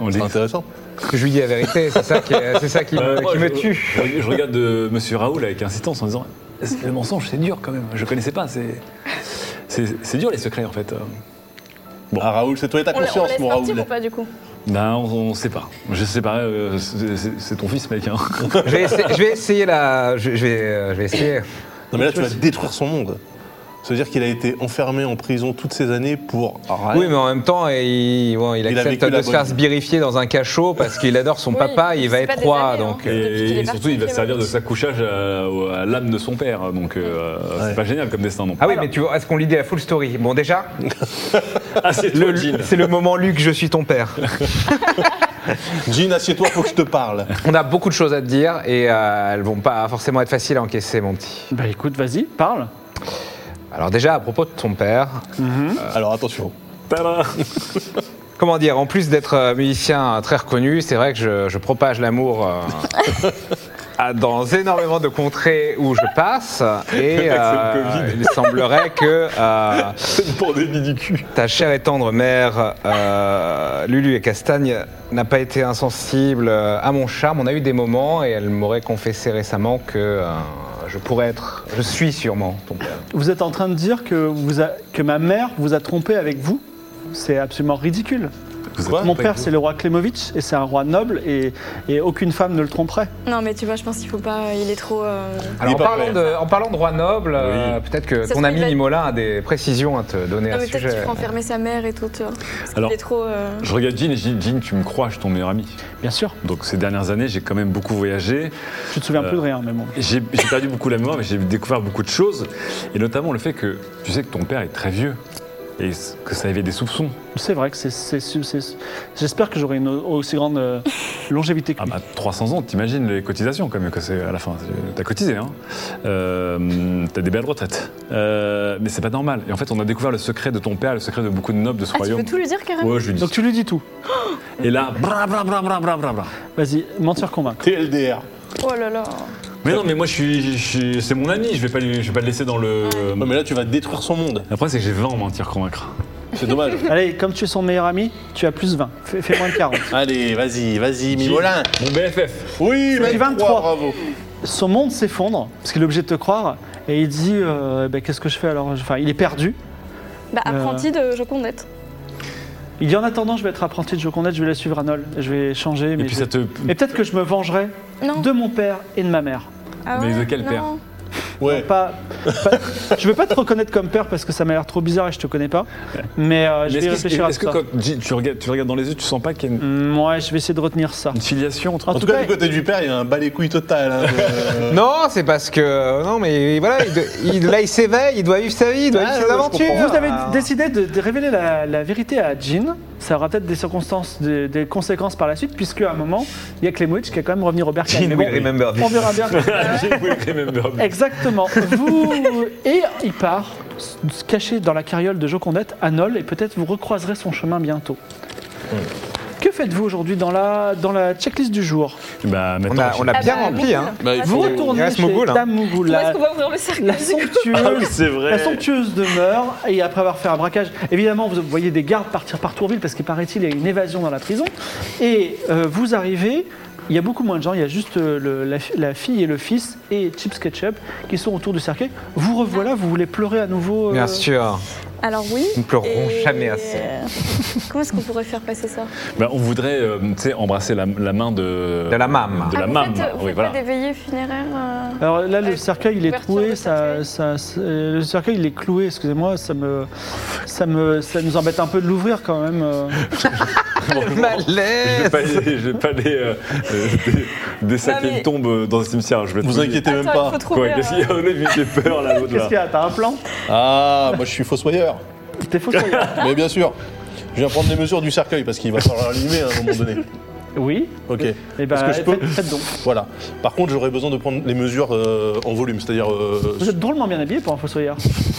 [SPEAKER 2] On le
[SPEAKER 4] C'est
[SPEAKER 2] déguise.
[SPEAKER 4] intéressant.
[SPEAKER 5] Que je lui dis la vérité, c'est ça qui, est- c'est ça qui,
[SPEAKER 2] Euh,
[SPEAKER 5] me,
[SPEAKER 2] moi,
[SPEAKER 5] qui
[SPEAKER 2] je-
[SPEAKER 5] me tue.
[SPEAKER 2] Je, je regarde euh, Monsieur Raoul avec insistance en disant « Le mensonge, c'est dur quand même, je connaissais pas, c'est... C'est c'est dur les secrets en fait. euh.
[SPEAKER 4] Ah, Raoul, c'est toi et ta
[SPEAKER 3] On, la- on
[SPEAKER 4] conscience,
[SPEAKER 3] laisse
[SPEAKER 4] mon
[SPEAKER 3] partir
[SPEAKER 4] Raoul.
[SPEAKER 3] ou pas, du coup
[SPEAKER 2] Ben, on, on sait pas. Je sais pas, euh, c'est- c'est c'est ton fils mec. Hein.
[SPEAKER 5] Je vais, essa- je vais essayer la. Je, je vais, euh, je vais essayer.
[SPEAKER 4] Non, mais là, tu vas détruire son monde. Ça veut dire qu'il a été enfermé en prison toutes ces années pour rien.
[SPEAKER 5] Oui, mais en même temps, il, bon, il
[SPEAKER 4] Il a
[SPEAKER 5] accepte de
[SPEAKER 4] vécu la
[SPEAKER 5] se
[SPEAKER 4] bonne
[SPEAKER 5] faire
[SPEAKER 4] vie.
[SPEAKER 5] sbirifier dans un cachot parce qu'il adore son
[SPEAKER 3] Oui,
[SPEAKER 5] papa et il va
[SPEAKER 3] c'est pas
[SPEAKER 5] être
[SPEAKER 3] des
[SPEAKER 5] roi.
[SPEAKER 3] années, hein.
[SPEAKER 5] donc, euh,
[SPEAKER 3] Depuis qu'il
[SPEAKER 2] Et,
[SPEAKER 3] est
[SPEAKER 2] et surtout,
[SPEAKER 3] parti,
[SPEAKER 2] il va
[SPEAKER 3] il
[SPEAKER 2] se
[SPEAKER 3] est
[SPEAKER 2] servir de
[SPEAKER 3] parti.
[SPEAKER 2] s'accouchage à, à l'âme de son père. Donc, euh, c'est pas génial comme destin non plus.
[SPEAKER 5] Ah oui, mais tu vois, est-ce qu'on lui dit la full story Bon, déjà,
[SPEAKER 2] Ah, c'est
[SPEAKER 5] le-
[SPEAKER 2] toi, Jean.
[SPEAKER 5] c'est le moment, Luc, je suis ton père.
[SPEAKER 4] Jean, assieds-toi, faut que je te parle.
[SPEAKER 5] On a beaucoup de choses à te dire et euh, elles vont pas forcément être faciles à encaisser, mon petit.
[SPEAKER 1] Bah écoute, vas-y, parle.
[SPEAKER 5] Alors, déjà, à propos de ton père,
[SPEAKER 4] Alors attention.
[SPEAKER 2] Tada
[SPEAKER 5] Comment dire, en plus d'être euh, musicien euh, très reconnu, c'est vrai que je, je propage l'amour euh, à- dans énormément de contrées où je passe et euh,
[SPEAKER 2] Covid.
[SPEAKER 5] il semblerait que euh,
[SPEAKER 2] Une pandémie du cul.
[SPEAKER 5] ta chère et tendre mère euh, Lulu et Castagne n'a pas été insensible euh, à mon charme. On a eu des moments et elle m'aurait confessé récemment que euh, je pourrais être, je suis sûrement ton père.
[SPEAKER 1] Vous êtes en train de dire que, vous a- que ma mère vous a trompé avec vous C'est absolument ridicule. Mon père, c'est le roi Klemovitch et c'est un roi noble et, et aucune femme ne le tromperait.
[SPEAKER 3] Non, mais tu vois, je pense qu'il faut pas. Il est trop. euh,
[SPEAKER 5] Alors, en,
[SPEAKER 4] Il est pas
[SPEAKER 5] parlant de, en parlant de roi noble, euh, peut-être que
[SPEAKER 3] Ça
[SPEAKER 5] ton
[SPEAKER 3] se
[SPEAKER 5] ami
[SPEAKER 3] trouve, il-
[SPEAKER 5] Nimola a des précisions à te donner
[SPEAKER 3] Non,
[SPEAKER 5] à
[SPEAKER 3] mais
[SPEAKER 5] ce
[SPEAKER 3] peut-être
[SPEAKER 5] sujet. euh,
[SPEAKER 3] qu'il faut enfermer sa mère et tout. tu vois. Parce
[SPEAKER 2] Alors-
[SPEAKER 3] qu'il est trop. euh,
[SPEAKER 2] Je regarde Jean et je dis Jean, tu me crois, je suis ton meilleur ami.
[SPEAKER 1] Bien sûr, Euh.
[SPEAKER 2] Donc ces dernières années, j'ai quand même beaucoup voyagé.
[SPEAKER 1] tu te souviens plus de rien, mais bon.
[SPEAKER 2] J'ai j'ai perdu beaucoup la mémoire, mais j'ai découvert beaucoup de choses. Et notamment le fait que tu sais que ton père est très vieux. Et que ça avait des soupçons.
[SPEAKER 1] C'est vrai que c'est. c'est- c'est- c'est- J'espère que j'aurai une au- aussi grande euh, longévité que
[SPEAKER 2] Ah
[SPEAKER 1] lui.
[SPEAKER 2] bah 300 ans, t'imagines les cotisations quand même que c'est à la fin. T'as cotisé, hein Euh, T'as des belles retraites. Euh, mais c'est pas normal. Et en fait, on a découvert le secret de ton père, le secret de beaucoup de nobles de ce
[SPEAKER 3] Ah, tu
[SPEAKER 2] royaume.
[SPEAKER 3] peux tout lui dire carrément
[SPEAKER 2] Ouais, je lui dis.
[SPEAKER 1] Donc tu lui dis tout.
[SPEAKER 2] Et là, bra bra bra bra bra bra bra.
[SPEAKER 1] Vas-y, mentir convaincre.
[SPEAKER 4] TLDR.
[SPEAKER 3] Oh là là.
[SPEAKER 2] Mais non, mais moi, je suis, je suis- c'est mon ami. Je vais pas, lui- je vais pas le laisser dans le.
[SPEAKER 4] Non, mais là, tu vas détruire son monde.
[SPEAKER 2] Après, c'est que j'ai 20 en mentir convaincre.
[SPEAKER 4] C'est dommage.
[SPEAKER 1] Allez, comme tu es son meilleur ami, tu as plus 20. Fais, fais moins de 40.
[SPEAKER 4] Allez, vas-y, vas-y, Mimolin.
[SPEAKER 2] Mon BFF.
[SPEAKER 4] Oui,
[SPEAKER 1] C'est 23.
[SPEAKER 4] 23, bravo.
[SPEAKER 1] Son monde s'effondre, parce qu'il est obligé de te croire, et il dit euh, Ben, Qu'est-ce que je fais alors Enfin, il est perdu.
[SPEAKER 3] Bah,
[SPEAKER 1] Euh.
[SPEAKER 3] apprenti de Jocondette.
[SPEAKER 1] Il dit En attendant, je vais être apprenti de Jocondette, je vais la suivre à Nol, et je vais changer.
[SPEAKER 2] Et
[SPEAKER 1] Mais,
[SPEAKER 2] puis
[SPEAKER 1] je-
[SPEAKER 2] ça te.
[SPEAKER 1] mais peut-être que je me vengerai
[SPEAKER 3] Non.
[SPEAKER 1] de mon père et de ma mère.
[SPEAKER 3] Ah
[SPEAKER 2] Mais
[SPEAKER 3] ouais,
[SPEAKER 2] de quel
[SPEAKER 3] non.
[SPEAKER 2] père
[SPEAKER 4] Ouais.
[SPEAKER 1] Pas, pas- je veux pas te reconnaître comme père parce que ça m'a l'air trop bizarre et je te connais pas. Mais euh, je
[SPEAKER 2] Mais
[SPEAKER 1] vais y
[SPEAKER 2] est-ce que-
[SPEAKER 1] réfléchir à
[SPEAKER 2] est-ce
[SPEAKER 1] tout
[SPEAKER 2] que
[SPEAKER 1] ça.
[SPEAKER 2] quand J- tu, regardes, tu le regardes dans les yeux, tu sens pas qu'il y a une,
[SPEAKER 1] Hmm, ouais, je vais essayer de retenir ça.
[SPEAKER 2] une filiation entre.
[SPEAKER 1] En
[SPEAKER 4] En
[SPEAKER 1] tout
[SPEAKER 4] tout cas,
[SPEAKER 1] cas,
[SPEAKER 4] du côté du père, il y a un balai couille total. hein, de-
[SPEAKER 5] Non, c'est parce que non, mais voilà, il, il- là il s'éveille, il doit vivre sa vie, il doit
[SPEAKER 4] Ah,
[SPEAKER 5] vivre
[SPEAKER 4] ouais,
[SPEAKER 5] ses
[SPEAKER 4] je
[SPEAKER 5] aventures. Ah.
[SPEAKER 4] comprends. Ah.
[SPEAKER 1] Vous avez décidé de, de révéler la, la vérité à Jean. Ça aura peut-être des circonstances, des, des conséquences par la suite, puisque à un moment, il y a Clemwich qui a quand même revenir au Berkane.
[SPEAKER 5] Jean
[SPEAKER 1] Mais
[SPEAKER 5] will remember this.
[SPEAKER 1] On verra bien.
[SPEAKER 2] Remember me.
[SPEAKER 1] Exactement. Vous et il part se cacher dans la carriole de Jocondette à Nol et peut-être vous recroiserez son chemin bientôt.
[SPEAKER 5] Hmm.
[SPEAKER 1] Que faites-vous aujourd'hui dans la dans la checklist du jour
[SPEAKER 2] Bah,
[SPEAKER 5] On
[SPEAKER 2] maintenant,
[SPEAKER 5] a, on a
[SPEAKER 3] Ah
[SPEAKER 5] bien
[SPEAKER 3] bah,
[SPEAKER 5] rempli, hein.
[SPEAKER 1] Vous
[SPEAKER 5] il
[SPEAKER 1] retournez
[SPEAKER 5] reste
[SPEAKER 1] chez
[SPEAKER 5] Mogul, hein.
[SPEAKER 1] Dame Mogul,
[SPEAKER 3] Comment est-ce
[SPEAKER 1] la,
[SPEAKER 3] qu'on va ouvrir le cercle
[SPEAKER 1] la somptueuse.
[SPEAKER 2] c'est vrai.
[SPEAKER 1] La somptueuse demeure, et après avoir fait un braquage, évidemment, vous voyez des gardes partir par Tourville, parce qu'il paraît-il, il y a une évasion dans la prison. Et euh, vous arrivez, il y a beaucoup moins de gens, il y a juste euh, le- la, fi- la fille et le fils, et Chips Ketchup, qui sont autour du cercueil. Vous revoilà, vous voulez pleurer à nouveau euh,
[SPEAKER 5] Bien sûr.
[SPEAKER 3] Alors oui.
[SPEAKER 5] Nous ne pleurerons
[SPEAKER 3] et- euh,
[SPEAKER 5] jamais assez.
[SPEAKER 3] Comment est-ce qu'on pourrait faire passer ça
[SPEAKER 2] Bah, on voudrait euh, tu sais, embrasser la, la main de.
[SPEAKER 5] De la mame.
[SPEAKER 2] De
[SPEAKER 3] Ah,
[SPEAKER 2] la
[SPEAKER 3] vous
[SPEAKER 2] mame.
[SPEAKER 3] faites- vous
[SPEAKER 2] oui,
[SPEAKER 3] faites
[SPEAKER 2] voilà.
[SPEAKER 3] pas des veillées funéraires euh,
[SPEAKER 1] Alors là, le
[SPEAKER 3] Avec
[SPEAKER 1] cercueil, il est
[SPEAKER 3] l'ouverture
[SPEAKER 1] troué,
[SPEAKER 3] du
[SPEAKER 1] ça,
[SPEAKER 3] cercueil.
[SPEAKER 1] ça, c'est- le cercueil, il est cloué, excusez-moi, ça me, ça me, ça nous embête un peu de l'ouvrir quand même. euh.
[SPEAKER 2] Je vais
[SPEAKER 5] Malaise.
[SPEAKER 2] pas les, je vais pas les, euh, euh, des, des sacs
[SPEAKER 3] Non, mais-
[SPEAKER 2] qui tombent dans le cimetière. Je vais te
[SPEAKER 4] Vous
[SPEAKER 2] le dire.
[SPEAKER 4] inquiétez même
[SPEAKER 3] Attends, il
[SPEAKER 4] pas.
[SPEAKER 3] faut
[SPEAKER 2] Quoi,
[SPEAKER 3] trouver.
[SPEAKER 2] qu'est-ce qu'il y
[SPEAKER 3] un-
[SPEAKER 2] a Olive, il fait peur là, l'autre
[SPEAKER 1] Qu'est-ce
[SPEAKER 2] là.
[SPEAKER 1] qu'il y a T'as un plan
[SPEAKER 4] Ah, moi, je suis fossoyeur.
[SPEAKER 1] T'es faux soyeur.
[SPEAKER 4] Mais bien sûr. Je viens prendre les mesures du cercueil parce qu'il va falloir l'allumer à un moment donné.
[SPEAKER 1] Oui.
[SPEAKER 4] Ok.
[SPEAKER 1] Et ben,
[SPEAKER 4] Est-ce que je peux
[SPEAKER 1] faites- faites donc.
[SPEAKER 4] Voilà. Par contre, j'aurais besoin de prendre les mesures euh, en volume, c'est-à-dire. euh,
[SPEAKER 1] Vous êtes drôlement bien habillé pour un fossoyeur.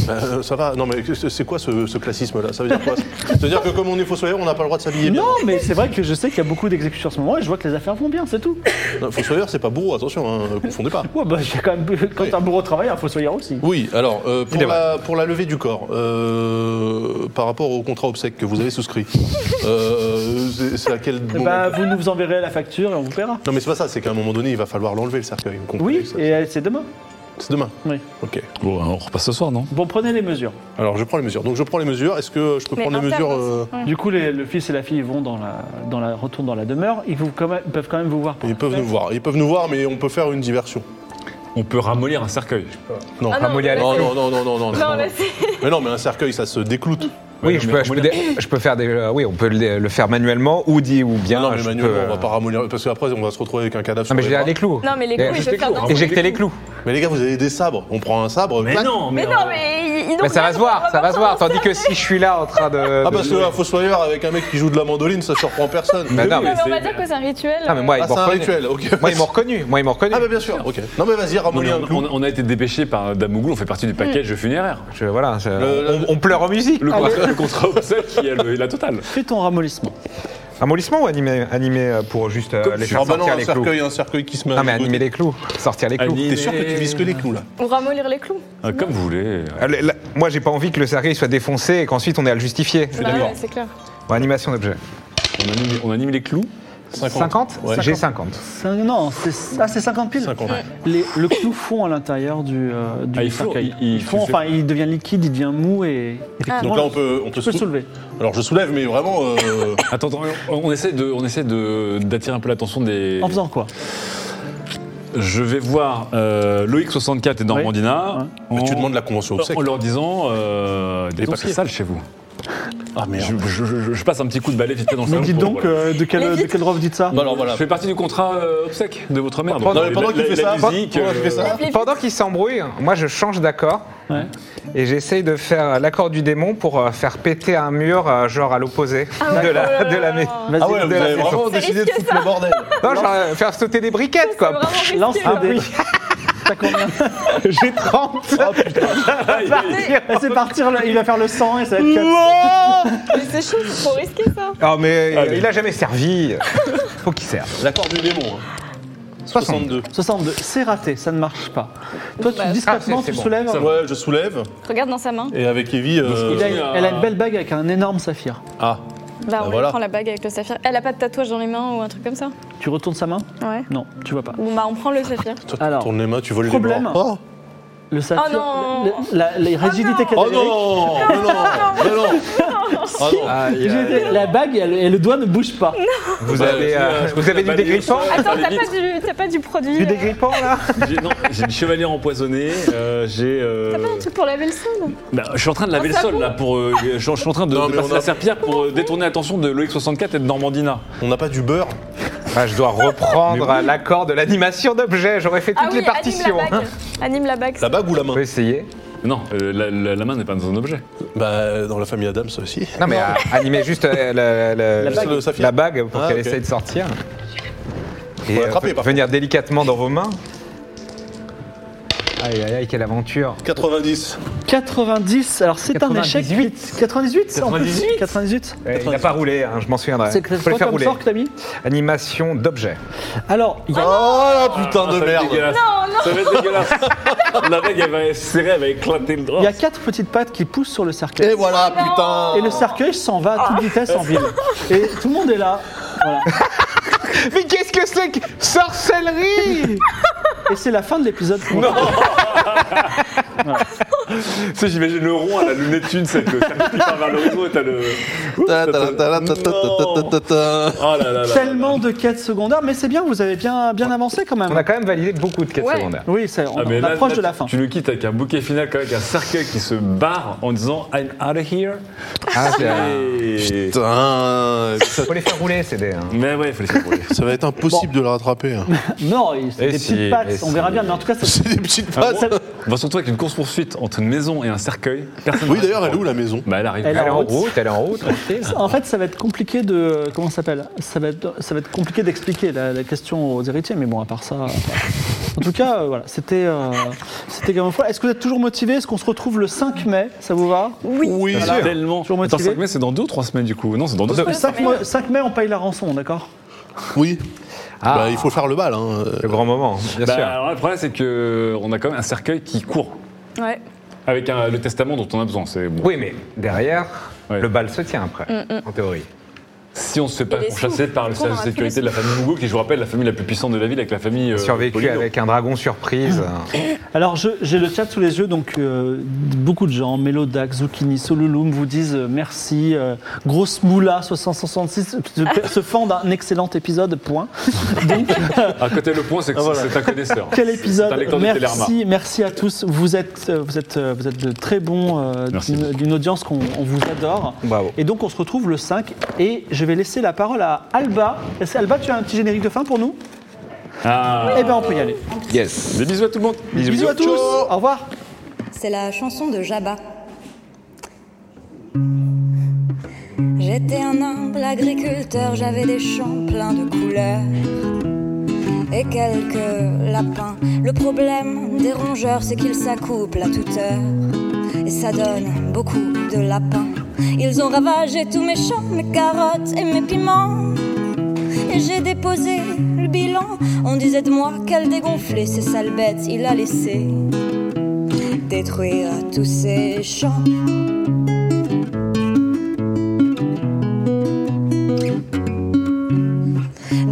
[SPEAKER 4] euh, ça va Non, mais c'est- c'est quoi ce, ce classisme-là Ça veut dire quoi C'est-à-dire que comme on est fossoyeur, on n'a pas le droit de s'habiller bien.
[SPEAKER 1] Non, mais c'est vrai que je sais qu'il y a beaucoup d'exécutions en ce moment et je vois que les affaires vont bien, c'est tout.
[SPEAKER 4] Non, Fossoyeur, c'est pas bourreau, attention, hein, ne confondez pas.
[SPEAKER 1] Ouais, bah, j'ai quand même, quand
[SPEAKER 4] Oui.
[SPEAKER 1] un bourreau travaille, un fossoyeur aussi.
[SPEAKER 4] Oui, alors, euh, pour,
[SPEAKER 5] est
[SPEAKER 4] la, pour la levée du corps, euh, par rapport au contrat obsèque que vous avez souscrit, euh, c'est- c'est à quel
[SPEAKER 1] Eh
[SPEAKER 4] moment
[SPEAKER 1] Bah, vous nous enverrez la facture et on vous paiera.
[SPEAKER 4] Non, mais c'est pas ça, c'est qu'à un moment donné, il va falloir l'enlever le cercueil. vous comprenez
[SPEAKER 1] Oui,
[SPEAKER 4] ça
[SPEAKER 1] et euh, c'est demain.
[SPEAKER 4] C'est demain
[SPEAKER 1] Oui.
[SPEAKER 4] Ok.
[SPEAKER 2] Bon, on repasse ce soir, non
[SPEAKER 1] Bon, prenez les mesures.
[SPEAKER 4] Alors, je prends les mesures. Donc, je prends les mesures. Est-ce que je peux
[SPEAKER 3] Mais
[SPEAKER 4] prendre les
[SPEAKER 3] interne
[SPEAKER 4] mesures
[SPEAKER 3] aussi.
[SPEAKER 4] euh,
[SPEAKER 3] Ouais.
[SPEAKER 1] Du coup, les- le fils et la fille vont dans la, dans la, retournent dans la demeure. Ils, vous, quand même- ils peuvent quand même vous voir. pour
[SPEAKER 4] Ils
[SPEAKER 1] la
[SPEAKER 4] peuvent
[SPEAKER 1] fête.
[SPEAKER 4] nous voir. Ils peuvent nous voir, mais on peut faire une diversion.
[SPEAKER 2] On peut ramollir un cercueil.
[SPEAKER 4] Non.
[SPEAKER 3] Ah non,
[SPEAKER 5] Ramolli à
[SPEAKER 3] mais
[SPEAKER 4] non,
[SPEAKER 3] c'est-
[SPEAKER 4] non, non, non, non, non,
[SPEAKER 3] Non,
[SPEAKER 4] non.
[SPEAKER 3] là, c'est-
[SPEAKER 4] Mais non, mais un cercueil, ça se décloute.
[SPEAKER 5] Oui, je peux, je peux dé- je peux faire des. euh, oui, on peut le, le faire manuellement ou dit ou bien.
[SPEAKER 4] Non, mais
[SPEAKER 5] je
[SPEAKER 4] manuellement,
[SPEAKER 5] peux-
[SPEAKER 4] on va pas ramollir. Parce qu'après, on va se retrouver avec un
[SPEAKER 5] Non,
[SPEAKER 4] cadavre. sur
[SPEAKER 5] mais je
[SPEAKER 4] les
[SPEAKER 5] vais
[SPEAKER 4] bras.
[SPEAKER 5] les clous.
[SPEAKER 3] Non, mais les clous,
[SPEAKER 5] Et-
[SPEAKER 3] ils peuvent faire
[SPEAKER 2] clous,
[SPEAKER 3] d'autres.
[SPEAKER 5] Éjecter les clous.
[SPEAKER 4] Mais les gars, vous avez des sabres. On prend un sabre.
[SPEAKER 2] Mais
[SPEAKER 4] clac.
[SPEAKER 2] non,
[SPEAKER 3] Mais non, mais ils- ils
[SPEAKER 5] Mais
[SPEAKER 3] n'ont
[SPEAKER 5] ça va
[SPEAKER 3] rien,
[SPEAKER 5] se
[SPEAKER 3] on
[SPEAKER 5] voir, ça va se
[SPEAKER 3] pas
[SPEAKER 5] voir. Tandis que si je suis là en train de.
[SPEAKER 4] Ah,
[SPEAKER 5] de-
[SPEAKER 4] parce qu'un fossoyeur avec un mec qui joue de la mandoline, ça surprend personne.
[SPEAKER 5] Bah non,
[SPEAKER 3] Non,
[SPEAKER 5] mais-
[SPEAKER 3] mais on va dire que c'est un rituel.
[SPEAKER 5] Ah, mais moi,
[SPEAKER 4] Ah,
[SPEAKER 5] ils m'ont
[SPEAKER 4] c'est un
[SPEAKER 5] reconnu.
[SPEAKER 4] rituel, ok.
[SPEAKER 5] Moi, ils m'ont reconnu. Moi, ils m'ont reconnu.
[SPEAKER 4] Ah, bah bien sûr, ok. Non, mais vas-y,
[SPEAKER 2] Non, mais
[SPEAKER 4] ramollis un
[SPEAKER 2] on,
[SPEAKER 4] clou.
[SPEAKER 2] on- on a été dépêché par Damougoul, on fait partie du
[SPEAKER 3] Mm.
[SPEAKER 2] package funéraire.
[SPEAKER 5] Je- voilà, je-
[SPEAKER 4] Le-
[SPEAKER 5] on, on pleure en musique.
[SPEAKER 3] Ah,
[SPEAKER 2] Le contrat, le contrat obsèque, il y a le- la totale.
[SPEAKER 1] Fais ton ramollissement.
[SPEAKER 5] Un mollissement ou animé, animé euh, pour juste euh, les faire
[SPEAKER 4] Ah bah non,
[SPEAKER 5] sortir
[SPEAKER 4] un
[SPEAKER 5] les clous
[SPEAKER 4] cercueil, euh, un cercueil qui se met à
[SPEAKER 5] Non mais
[SPEAKER 4] côté.
[SPEAKER 5] animer les clous, sortir les clous.
[SPEAKER 2] Animer-
[SPEAKER 4] T'es sûr que tu vises que les clous là
[SPEAKER 3] euh, On ramollir les clous.
[SPEAKER 2] Ah, Comme vous voulez.
[SPEAKER 5] Euh, le- la- moi j'ai pas envie que le cercueil soit défoncé et qu'ensuite on ait à le justifier.
[SPEAKER 3] Bah
[SPEAKER 2] d'accord.
[SPEAKER 3] ouais, c'est clair.
[SPEAKER 5] Bon, animation d'objet.
[SPEAKER 2] On anime, on anime les clous.
[SPEAKER 5] 50, J'ai 50.
[SPEAKER 1] Cin- Non, c'est ah, c'est 50 piles
[SPEAKER 4] 50.
[SPEAKER 1] Les- Le clou fond à l'intérieur du, euh, du
[SPEAKER 2] Ah, il fond,
[SPEAKER 1] cercueil.
[SPEAKER 2] il- il-
[SPEAKER 1] fond,
[SPEAKER 2] tu sais-
[SPEAKER 1] enfin, il devient liquide, il devient mou et.
[SPEAKER 4] Donc là on peut, on te
[SPEAKER 1] Tu peux le
[SPEAKER 4] sou-
[SPEAKER 1] soulever.
[SPEAKER 4] Alors je soulève mais vraiment euh,
[SPEAKER 2] Attends, attends, on, on essaie de, on essaie de d'attirer un peu l'attention des.
[SPEAKER 1] En faisant quoi
[SPEAKER 2] Je vais voir euh, Loïc 64 et Normandina.
[SPEAKER 4] mais
[SPEAKER 2] en-
[SPEAKER 4] Bah, tu demandes la convention obsèque.
[SPEAKER 2] en leur disant, euh, il y a pas que
[SPEAKER 4] Détoncier.
[SPEAKER 2] sale chez vous.
[SPEAKER 4] Ah
[SPEAKER 2] Je, je- je- je passe un petit coup de balai vite fait dans le
[SPEAKER 1] Mais
[SPEAKER 2] salon
[SPEAKER 1] dites
[SPEAKER 2] pour-
[SPEAKER 1] donc,
[SPEAKER 2] voilà.
[SPEAKER 1] euh, de quel, de quel droit vous dites ça
[SPEAKER 4] Bah alors voilà.
[SPEAKER 2] Je fais partie du contrat euh, obsèque de votre mère.
[SPEAKER 4] Pendant- pendant qu'il fait ça, pendant qu'il fait ça.
[SPEAKER 5] Pendant qu'ils s'embrouillent, moi je change d'accord
[SPEAKER 1] Ouais.
[SPEAKER 5] et j'essaye de faire l'accord du démon pour euh, faire péter un mur euh, genre à l'opposé
[SPEAKER 3] Ah
[SPEAKER 5] de
[SPEAKER 3] Oh
[SPEAKER 5] la de la maison.
[SPEAKER 1] Vas-y,
[SPEAKER 4] Ah ouais, vous
[SPEAKER 5] de la
[SPEAKER 4] avez
[SPEAKER 5] maison.
[SPEAKER 4] vraiment décidé de foutre le bordel.
[SPEAKER 5] Non, genre euh, faire sauter des briquettes
[SPEAKER 3] C'est
[SPEAKER 5] quoi.
[SPEAKER 3] vraiment risqué.
[SPEAKER 1] lance le dé. T'as combien
[SPEAKER 5] J'ai 30.
[SPEAKER 1] Eh, C'est parti, le- il va faire le 100 et ça va être 4.
[SPEAKER 3] Mais c'est chaud, c'est trop risqué ça.
[SPEAKER 5] Oh mais euh, il a jamais servi. Faut qu'il serve.
[SPEAKER 4] L'accord du démon. hein. 62.
[SPEAKER 1] 62, c'est raté, ça ne marche pas. Toi, tu discrètement,
[SPEAKER 5] Ah, c'est-
[SPEAKER 1] tu
[SPEAKER 5] c'est
[SPEAKER 1] soulèves.
[SPEAKER 4] Ouais, je soulève
[SPEAKER 3] Regarde dans sa main.
[SPEAKER 4] et avec Evie euh,
[SPEAKER 1] Il a- elle a une belle bague avec un énorme saphir.
[SPEAKER 4] ah
[SPEAKER 3] Bah, on lui
[SPEAKER 4] voilà.
[SPEAKER 3] prend la bague avec le saphir. Elle a pas de tatouage dans les mains ou un truc comme ça
[SPEAKER 1] Tu retournes sa main
[SPEAKER 3] Ouais.
[SPEAKER 1] Non, tu vois pas.
[SPEAKER 3] Bon, bah, on prend le saphir.
[SPEAKER 4] toi tu
[SPEAKER 1] Alors,
[SPEAKER 4] tournes les mains, tu voles Oh,
[SPEAKER 1] problème.
[SPEAKER 4] les morts.
[SPEAKER 1] Le saphir.
[SPEAKER 3] Oh non.
[SPEAKER 1] le- la, la rigidité
[SPEAKER 4] Oh,
[SPEAKER 1] cadavérique.
[SPEAKER 4] non Mais non Mais non Ah non
[SPEAKER 1] J'ai dit, La bague elle- et le doigt ne bouge pas.
[SPEAKER 5] Vous
[SPEAKER 2] Bah,
[SPEAKER 5] avez
[SPEAKER 2] je-
[SPEAKER 5] euh,
[SPEAKER 2] je-
[SPEAKER 5] vous avez du
[SPEAKER 2] je-
[SPEAKER 5] dégrippant
[SPEAKER 3] Attends,
[SPEAKER 2] Allez,
[SPEAKER 3] t'as
[SPEAKER 2] vite.
[SPEAKER 3] pas, du- t'as pas du produit.
[SPEAKER 5] Du
[SPEAKER 3] euh,
[SPEAKER 5] dégrippant là
[SPEAKER 2] J'ai non, j'ai le chevalier empoisonné. euh, j'ai. euh,
[SPEAKER 3] T'as pas un truc Ah, pour laver le sol
[SPEAKER 2] bah, je suis en train de laver
[SPEAKER 3] Un
[SPEAKER 2] le sol
[SPEAKER 3] savon
[SPEAKER 2] là pour. euh, je, je suis en train de,
[SPEAKER 4] Non,
[SPEAKER 2] de
[SPEAKER 4] mais
[SPEAKER 2] passer
[SPEAKER 4] on a-
[SPEAKER 2] la serpillère pour euh, détourner l'attention de Loïc 64 et de Normandina.
[SPEAKER 4] On n'a pas du beurre
[SPEAKER 5] Ah, je dois reprendre l'accord de l'animation d'objet. J'aurais fait toutes
[SPEAKER 3] Ah oui,
[SPEAKER 5] les partitions.
[SPEAKER 3] anime la bague. Anime la bague.
[SPEAKER 4] La bague ou la
[SPEAKER 5] On
[SPEAKER 4] main
[SPEAKER 5] peut essayer.
[SPEAKER 2] Non, euh, la, la- la main n'est pas dans un objet.
[SPEAKER 4] Bah dans la famille Adams aussi.
[SPEAKER 5] Non, mais euh, animer juste euh, la, la-
[SPEAKER 1] La
[SPEAKER 5] la-
[SPEAKER 4] bague.
[SPEAKER 5] la bague pour
[SPEAKER 4] Ah,
[SPEAKER 5] qu'elle
[SPEAKER 4] ok.
[SPEAKER 5] essaye de sortir. Et
[SPEAKER 4] Faut l'attraper,
[SPEAKER 5] euh,
[SPEAKER 4] par
[SPEAKER 5] venir délicatement dans vos mains. Aïe aïe aïe, quelle aventure.
[SPEAKER 4] 90.
[SPEAKER 1] 90, alors c'est un échec.
[SPEAKER 5] 98.
[SPEAKER 1] 98 en plus.
[SPEAKER 5] 98.
[SPEAKER 1] 98
[SPEAKER 5] Eh, il n'a pas roulé, hein, je m'en souviendrai.
[SPEAKER 1] C'est que
[SPEAKER 5] Faut
[SPEAKER 1] c'est
[SPEAKER 5] le
[SPEAKER 1] quoi
[SPEAKER 5] faire
[SPEAKER 1] comme
[SPEAKER 5] rouler.
[SPEAKER 1] sort que t'as mis
[SPEAKER 5] Animation d'objet.
[SPEAKER 1] Alors, il y a-
[SPEAKER 4] Oh putain de
[SPEAKER 2] Ah, Ça va être
[SPEAKER 4] merde
[SPEAKER 2] dégueulasse. Ça va être dégueulasse. la bague, elle va être serrée, elle va éclater le drap.
[SPEAKER 1] il y a quatre petites pattes qui poussent sur le cercueil.
[SPEAKER 4] Et voilà putain
[SPEAKER 1] Oh Et le cercueil s'en va à toute vitesse en ville. Et tout le monde est là. Voilà.
[SPEAKER 5] Mais qu'est-ce que c'est que sorcellerie
[SPEAKER 1] Et c'est la fin de l'épisode.
[SPEAKER 2] Tu sais, j'imagine le rond à la lunette une, c'est que ça qui part vers le réseau et t'as le.
[SPEAKER 4] Ta- ta- ta- ta- ta- ta- ta- ta- ta- ta.
[SPEAKER 2] Oh là là là.
[SPEAKER 1] Tellement de quêtes secondaires, mais c'est bien, vous avez bien, bien avancé quand
[SPEAKER 5] On
[SPEAKER 1] même.
[SPEAKER 5] a quand même validé beaucoup de quêtes
[SPEAKER 3] Ouais.
[SPEAKER 5] secondaires.
[SPEAKER 1] Oui, ça, on,
[SPEAKER 2] Ah, mais
[SPEAKER 1] on
[SPEAKER 2] là,
[SPEAKER 1] approche
[SPEAKER 2] là,
[SPEAKER 1] de la fin.
[SPEAKER 2] Tu le quittes avec un bouquet final, quand même, avec un cercueil qui se barre en disant I'm out of here.
[SPEAKER 5] Ah, c'est, euh,
[SPEAKER 2] Et...
[SPEAKER 4] Putain ça-
[SPEAKER 5] Faut les faire rouler, ces dés. hein.
[SPEAKER 2] Mais ouais, il faut les faire brûler.
[SPEAKER 4] Ça va être impossible de le rattraper. hein.
[SPEAKER 1] Non, il- c'est
[SPEAKER 5] Et
[SPEAKER 1] des
[SPEAKER 5] si,
[SPEAKER 1] petites
[SPEAKER 5] et
[SPEAKER 1] pattes, on
[SPEAKER 5] si.
[SPEAKER 1] verra bien, mais en tout cas, ça-
[SPEAKER 4] C'est des petites
[SPEAKER 1] Ah
[SPEAKER 4] pattes.
[SPEAKER 2] On va se retrouver avec une course-poursuite entre une maison et un cercueil. Personne
[SPEAKER 4] Oui
[SPEAKER 2] n'arrive.
[SPEAKER 4] d'ailleurs elle est où la maison
[SPEAKER 2] Bah, elle arrive.
[SPEAKER 1] Elle
[SPEAKER 5] Elle est en
[SPEAKER 1] route.
[SPEAKER 5] route, elle est en route, tranquille.
[SPEAKER 1] en fait, ça va être compliqué de. Comment ça s'appelle ça va, être, ça va être compliqué d'expliquer la, la question aux héritiers, mais bon, à part ça. voilà. En tout cas, euh, voilà, c'était euh, c'était Game of Thrones. Est-ce que vous êtes toujours motivé Est-ce qu'on se retrouve le 5 mai Ça vous va
[SPEAKER 4] Oui.
[SPEAKER 2] Elle est tellement.
[SPEAKER 1] Toujours motivé.
[SPEAKER 2] Attends, 5 mai, c'est dans 2 ou 3 semaines du coup Non, c'est dans 2
[SPEAKER 1] Le
[SPEAKER 2] semaines.
[SPEAKER 1] 5 mai, 5 mai, on paye la rançon, d'accord
[SPEAKER 4] Oui.
[SPEAKER 5] Ah.
[SPEAKER 4] Bah, il faut faire le bal. Hein.
[SPEAKER 5] Le grand moment, bien
[SPEAKER 2] Bah,
[SPEAKER 5] sûr.
[SPEAKER 2] alors là, le problème, c'est qu'on a quand même un cercueil qui court.
[SPEAKER 3] Ouais.
[SPEAKER 2] Avec un- le testament dont on a besoin. C'est bon.
[SPEAKER 5] Oui, mais derrière,
[SPEAKER 2] Ouais.
[SPEAKER 5] le bal se tient après, en théorie.
[SPEAKER 2] Si on se fait pas
[SPEAKER 3] Il est
[SPEAKER 2] pourchasser
[SPEAKER 3] sous.
[SPEAKER 2] par le
[SPEAKER 3] Trop dans
[SPEAKER 2] service
[SPEAKER 3] la
[SPEAKER 2] de sécurité de la famille Mungo, qui, je vous rappelle, la famille la plus puissante de la ville avec la famille. euh,
[SPEAKER 5] Survécu
[SPEAKER 2] Polino.
[SPEAKER 5] avec un dragon surprise. euh,
[SPEAKER 1] Alors, je- j'ai le chat sous les yeux, donc euh, beaucoup de gens, Mélodac, Zucchini, Solulum, vous disent euh, merci. euh, Grosse Moula 566 se, se fend d'un excellent épisode, point. Donc, euh,
[SPEAKER 2] À côté, le point, c'est que c'est un connaisseur.
[SPEAKER 1] quel
[SPEAKER 2] C'est- C'est un
[SPEAKER 1] épisode
[SPEAKER 2] lecteur de Télérama.
[SPEAKER 1] Merci, merci à tous. Vous êtes, euh, vous êtes, euh, vous êtes de très bons, euh,
[SPEAKER 2] Merci
[SPEAKER 1] d'une
[SPEAKER 2] beaucoup.
[SPEAKER 1] d'une audience qu'on on vous adore.
[SPEAKER 5] Bravo.
[SPEAKER 1] Et donc, on se retrouve le 5. Et je vais laisser la parole à Alba. Est-ce- Alba, tu as un petit générique de fin pour nous
[SPEAKER 2] Ah.
[SPEAKER 1] Eh bien, on peut y aller.
[SPEAKER 5] Yes.
[SPEAKER 2] Des bisous à tout le monde.
[SPEAKER 1] Bisous à tous. Au revoir.
[SPEAKER 6] C'est la chanson de Jabba. J'étais un humble agriculteur, j'avais des champs pleins de couleurs et quelques lapins. Le problème des rongeurs, c'est qu'ils s'accouplent à toute heure et ça donne beaucoup de lapins. Ils ont ravagé tous mes champs, mes carottes et mes piments. et j'ai déposé le bilan. On disait de moi qu'elle dégonflait ces sales bêtes, il a laissé détruire tous ses champs.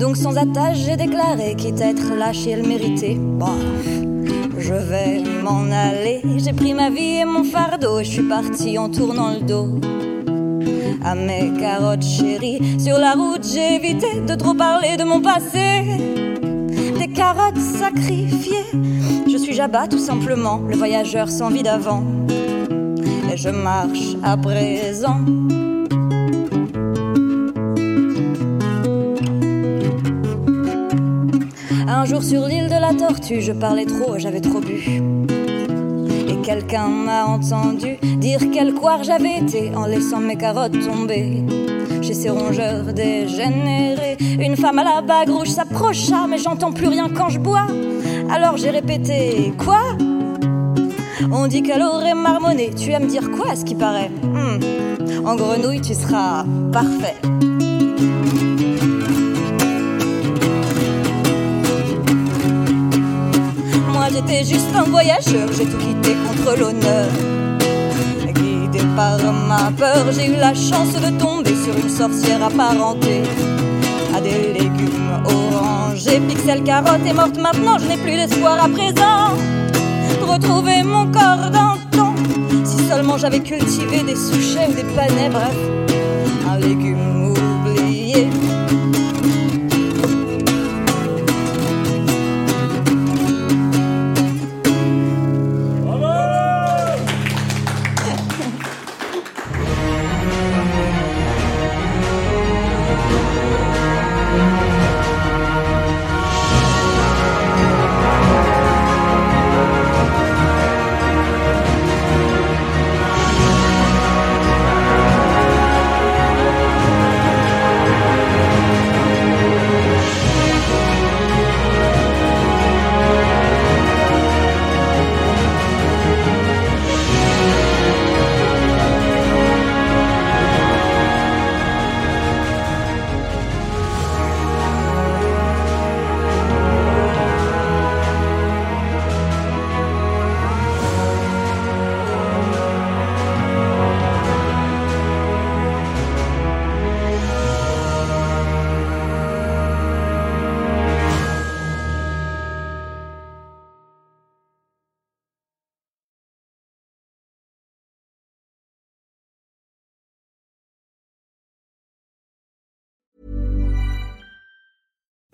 [SPEAKER 6] Donc sans attache, j'ai déclaré, quitte à être lâché, le mériter. Bah, je vais m'en aller. J'ai pris ma vie et mon fardeau. Je suis partie en tournant le dos à mes carottes chéries. Sur la route, j'ai évité de trop parler de mon passé. Des carottes sacrifiées. Je suis Jabba tout simplement, le voyageur sans vie d'avant. Et je marche à présent. Un jour sur l'île de la Tortue, je parlais trop, j'avais trop bu. Et quelqu'un m'a entendu dire quel coir j'avais été en laissant mes carottes tomber. Chez ces rongeurs dégénérés, une femme à la bague rouge s'approcha, mais j'entends plus rien quand je bois. Alors j'ai répété Quoi On dit qu'elle aurait marmonné. Tu aimes dire quoi à ce qui paraît Hmm. En grenouille, tu seras parfait. Moi j'étais juste un voyageur, j'ai tout quitté contre l'honneur. Guidé par ma peur, j'ai eu la chance de tomber sur une sorcière apparentée à des légumes orangés. Pixel carotte est morte maintenant, je n'ai plus d'espoir à présent. Retrouver mon corps d'antan, si seulement j'avais cultivé des souchets ou des panais, bref, un légume oublié.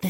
[SPEAKER 7] The